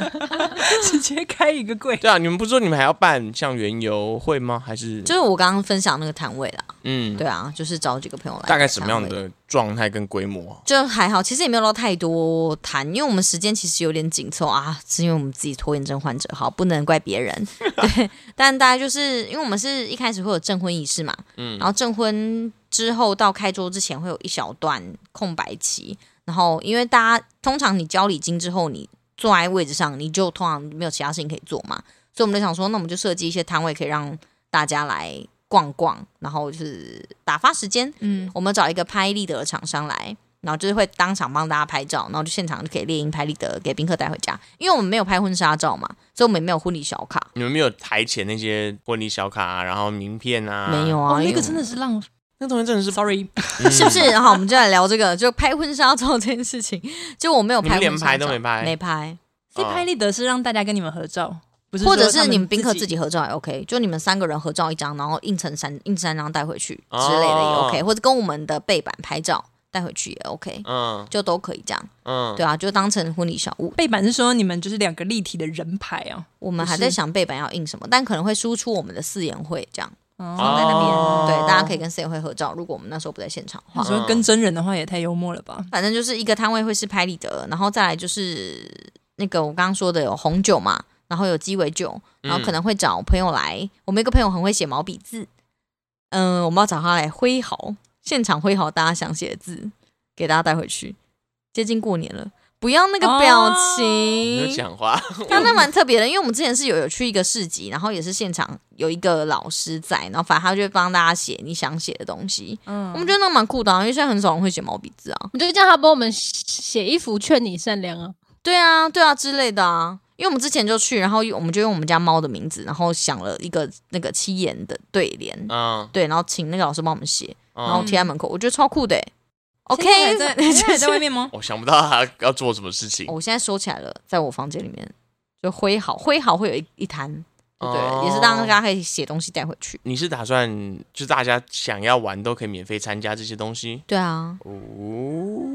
直接开一个柜。对啊，你们不是说你们还要办像园游会吗？还是就是我刚刚分享那个摊位啦，嗯，对啊，就是找几个朋友来，大概什么样？的状态跟规模啊？就还好，其实也没有到太多谈，因为我们时间其实有点紧凑啊，是因为我们自己拖延症患者，好，不能怪别人。对，但大概就是因为我们是一开始会有证婚仪式嘛，嗯，然后证婚之后到开桌之前会有一小段空白期，然后因为大家通常你交礼金之后，你坐在位置上，你就通常没有其他事情可以做嘛，所以我们就想说，那我们就设计一些摊位可以让大家来逛逛，然后就是打发时间。嗯，我们找一个拍立得的厂商来，然后就是会当场帮大家拍照，然后就现场就可以猎鹰拍立得给宾客带回家。因为我们没有拍婚纱照嘛，所以我们也没有婚礼小卡，你们没有台前那些婚礼小卡啊，然后名片啊？没，有啊，哦，那因为个真的是浪费。那东西真的是 Sorry，嗯是不是？好，我们就来聊这个，就拍婚纱照这件事情。就我没有你拍们婚纱照，连拍都没拍没拍，所以拍立得是让大家跟你们合照，不是或者说他是你们宾客自自己己合照也 OK，就你们三个人合照一张，然后印成三印三张带回去之类的也哦 OK，、或者跟我们的背板拍照带回去也 OK，嗯就都可以这样，嗯，对啊，就当成婚礼小物。背板是说你们就是两个立体的人牌啊，我们还不是在想背板要印什么，但可能会输出我们的四言会这样放哦，在那边，哦对，大家可以跟四言会合照。如果我们那时候不在现场的嗯你话，说跟真人的话也太幽默了吧？反正就是一个摊位会是拍立得，然后再来就是那个我刚刚说的有红酒嘛，然后有鸡尾酒，嗯然后可能会找朋友来。我们有一个朋友很会写毛笔字，嗯、我们要找他来挥毫，现场挥毫大家想写的字，给大家带回去。接近过年了，不要那个表哦没有情。讲话，那那蛮特别的，因为我们之前是有有去一个市集，然后也是现场有一个老师在，然后反正他就会帮大家写你想写的东西。哦嗯我们觉得那蛮酷的、啊，因为现在很少人会写毛笔字啊。我们就叫他帮我们写一幅《劝你善良》啊。对啊，对啊之类的啊。因为我们之前就去，然后我们就用我们家猫的名字，然后想了一个那个七言的对联，嗯，对，然后请那个老师帮我们写，然后嗯，贴在门口，我觉得超酷的欸。OK，现在还在 *laughs* 现在还在外面吗？我想不到他要做什么事情哦，我现在收起来了，在我房间里面就挥毫，挥毫会有一一摊，就哦对哦了，也是让大家可以写东西带回去。你是打算就是大家想要玩都可以免费参加这些东西对啊，哦？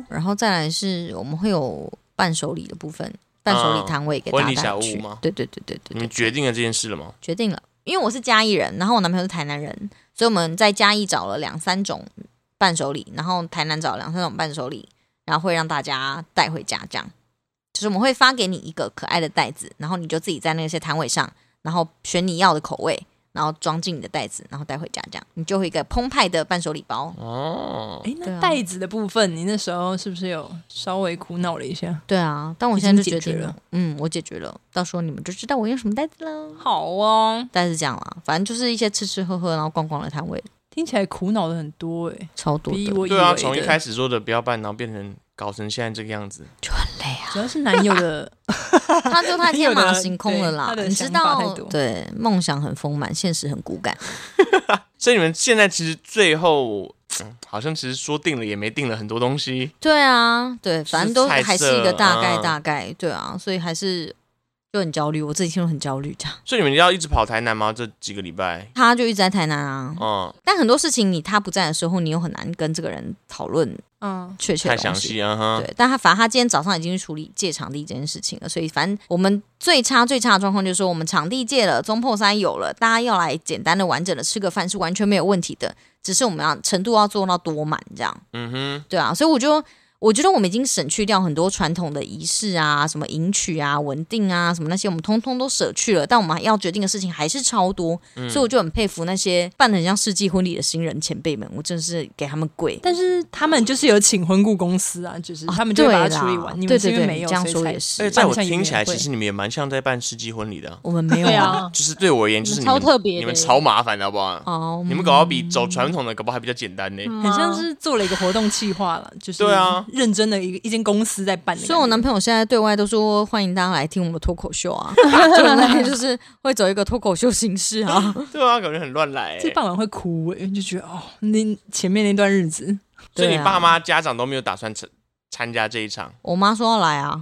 然后再来是我们会有伴手礼的部分，伴手礼摊位给大嗯婚家礼带小回屋去吗对对对对对你对们决定了这件事了吗？决定了，因为我是嘉义人，然后我男朋友是台南人，所以我们在嘉义找了两三种伴手礼，然后台南找了两三种伴手礼，然后会让大家带回家，这样就是我们会发给你一个可爱的袋子，然后你就自己在那些摊位上，然后选你要的口味，然后装进你的袋子，然后带回家，这样你就会有一个澎湃的伴手礼包。哦，哎，对啊那袋子的部分，你那时候是不是有稍微苦恼了一下？对啊，但我已现在就经决解决定了，了嗯，我解决了，到时候你们就知道我用什么袋子了。好哦，大概是这样啦，反正就是一些吃吃喝喝，然后逛逛的摊位，听起来苦恼的很多哎，超多的比，我以为对啊，从一的开始说的不要办，然后变成搞成现在这个样子，就很累啊。主要是男友 *laughs* 的他就太天马行空了啦他，的你知想法道太，多对，梦想很丰满，现实很骨感。所以你们现在其实最后、嗯好像其实说定了也没定了很多东西，对啊，对，反正都就是菜色还是一个大概嗯大概，对啊，所以还是就很焦虑，我自己心中很焦虑这样。所以你们要一直跑台南吗？这几个礼拜？他就一直在台南啊，嗯，但很多事情你他不在的时候，你又很难跟这个人讨论嗯，确切太的详东西。细啊哈。对，但他反正他今天早上已经去处理借场地这件事情了，所以反正我们最差最差的状况就是说，我们场地借了，中破三有了，大家要来简单的完整的吃个饭是完全没有问题的，只是我们要程度要做到多满这样，嗯哼，对啊，所以我就我觉得我们已经省去掉很多传统的仪式啊，什么迎娶啊、文定啊，什么那些我们通通都舍去了，但我们要决定的事情还是超多，嗯所以我就很佩服那些办的很像世纪婚礼的新人前辈们，我真是给他们跪。但是他们就是有请婚顾公司啊，就是啊他们就会把对它啦处理完，你对们是对因为对，没有，这样所以说才也是，而且在我办一下听起来，宴会其实你们也蛮像在办世纪婚礼的啊，我们没有 *laughs* 对啊，就是对我而言，就是你你们们超特别的你们超麻烦的好不好？哦，你们搞到比走传统的，搞不好还比较简单呢。嗯啊很像是做了一个活动企划了， *laughs* 就是对啊认真的一个一间公司在办的感觉。所以，我男朋友现在对外都说欢迎大家来听我们的脱口秀 *laughs* 啊，就大概就是会走一个脱口秀形式啊。对啊，感觉很乱来欸。这傍晚会哭哎、就觉得哦，那前面那段日子 *laughs* 所对以你啊爸妈家长都没有打算参参加这一场我妈说要来啊，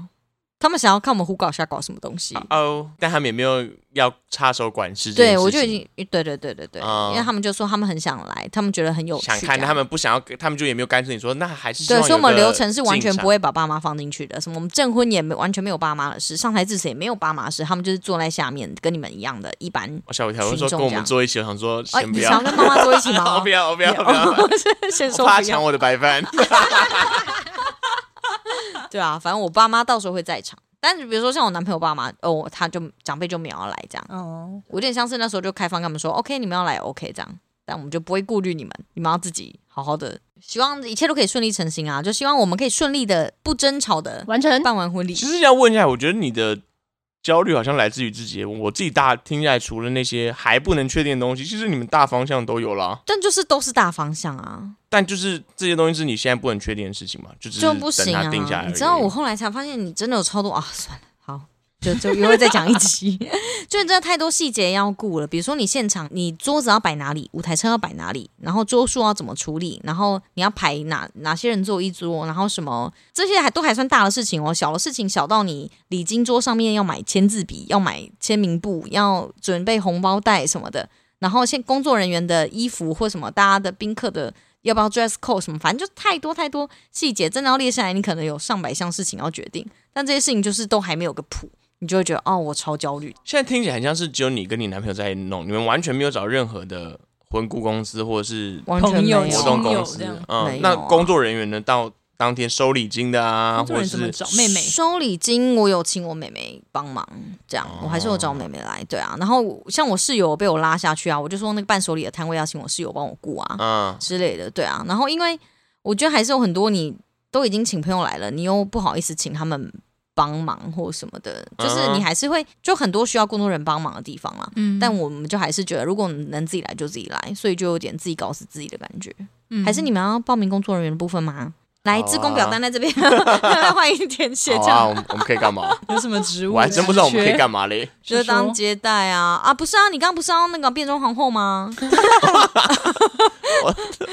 他们想要看我们胡搞瞎搞什么东西。哦，但他们也没有要插手管事这件事情。对，我就已经对对对对对，哦因为他们就说他们很想来，他们觉得很有趣，想看，这样他。们不想要，他们就也没有干涉你说，那还是希对，望所以我有们个流程是完全进场不会把爸妈放进去的。什么我们证婚也没完全没有爸妈的事，上台致辞也没有爸妈的事，他们就是坐在下面跟你们一样的一般。我吓我一跳，我群说众跟我这们样坐一起，我想说哎，先你不想要要，跟妈妈坐一 *laughs* 起吗？我不要，我不要，我不要， *laughs* 哦先我说怕不要 *laughs* 抢我的白饭。对啊，反正我爸妈到时候会在场。但是比如说像我男朋友爸妈，哦，他就长辈就没有要来这样，哦，我有点像是那时候就开放跟他们说，OK，你们要来，OK 这样，但我们就不会顾虑你们，你们要自己好好的，希望一切都可以顺利成行啊，就希望我们可以顺利的不争吵的完成办完婚礼其。实要问一下，我觉得你的焦虑好像来自于自己。我自己大听下来，除了那些还不能确定的东西，其实你们大方向都有啦。但就是都是大方向啊，但就是这些东西是你现在不能确定的事情嘛，就只是就不行等啊它定下来而。已。你知道我后来才发现，你真的有超多啊，算了，好，就 *laughs* 就约会再讲一集， *laughs* 就你真的太多细节要顾了。比如说你现场，你桌子要摆哪里，舞台车要摆哪里，然后桌数要怎么处理，然后你要排哪哪些人坐一桌，然后什么这些还都还算大的事情哦，小的事情小到你礼金桌上面要买签字笔，要买签名簿，要准备红包袋什么的。然后，现工作人员的衣服或什么，大家的宾客的要不要 dress code 什么，反正就太多太多细节，真的要列下来，你可能有上百项事情要决定，但这些事情就是都还没有个谱，你就会觉得哦，我超焦虑。现在听起来很像是只有你跟你男朋友在弄，你们完全没有找任何的婚顾公司或者是完全朋没友有活动公亲司友这样。没嗯，有那啊工作人员呢？到当天收礼金的啊，工作或者人员怎么是找妹妹？收礼金，我有请我妹妹帮忙，这样我哦还是有找我妹妹来，对啊。然后我像我室友被我拉下去啊，我就说那个伴手礼的摊位要请我室友帮我顾啊嗯，之类的，对啊。然后因为我觉得还是有很多你都已经请朋友来了，你又不好意思请他们帮忙或什么的，就是你还是会就很多需要更多人帮忙的地方啊啦。嗯但我们就还是觉得，如果能自己嗯来就自己来，所以就有点自己搞死自己的感觉。还是你们要报名工作人员的部分吗？来，好啊啊自贡表单在这边， *laughs* 欢迎填写好这啊，我样，们我们可以 *laughs* 干嘛？有什么职务？我还真不知道 *laughs* 我们可以干嘛嘞。啊就是当接待啊啊，不是啊，你刚不是要那个变装皇后吗？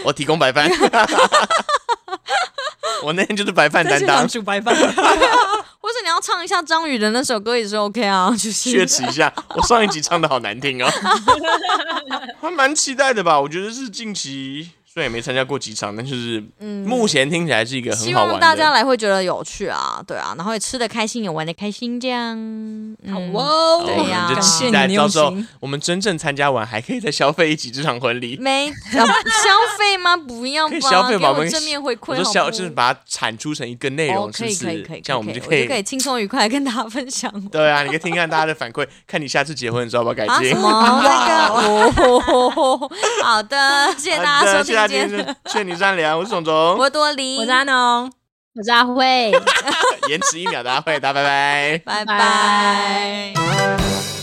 我提供白饭， *laughs* 我那天就是白饭担当，煮白饭，或是你要唱一下张宇的那首歌也是 OK 啊，就是血耻一下。我上一集唱的好难听 *laughs* 哦，还蛮期待的吧？我觉得是近期虽然也没参加过几场，但就是目前听起来是一个很嗯希好玩望的。大家来会觉得有趣啊，对啊，然后也吃的开心，也玩的开心，这样。好嗯，哦，对对呀我们就感谢期你待的到用时候心。我们真正参加完，还可以再消费一起这场婚礼。没、啊、 *laughs* 消费吗？不要可吧，以消费给吧我我们正面回馈我好说不消就是把它产出成一个内容，哦，可是不以是？可以可以，这样我们就可以，我就可以轻松愉快地跟大家分享。 *laughs* 对啊，你可以听看大家的反馈，看你下次结婚的时候要不要改啊进什。么 *laughs* 那个哦， *laughs* 好的，谢谢大家收好的听谢谢今大家天的听，劝你善良，我是 *laughs* 总总，博多黎，农，我是阿慧。啊延迟一秒，大家会，大家拜拜。拜拜拜。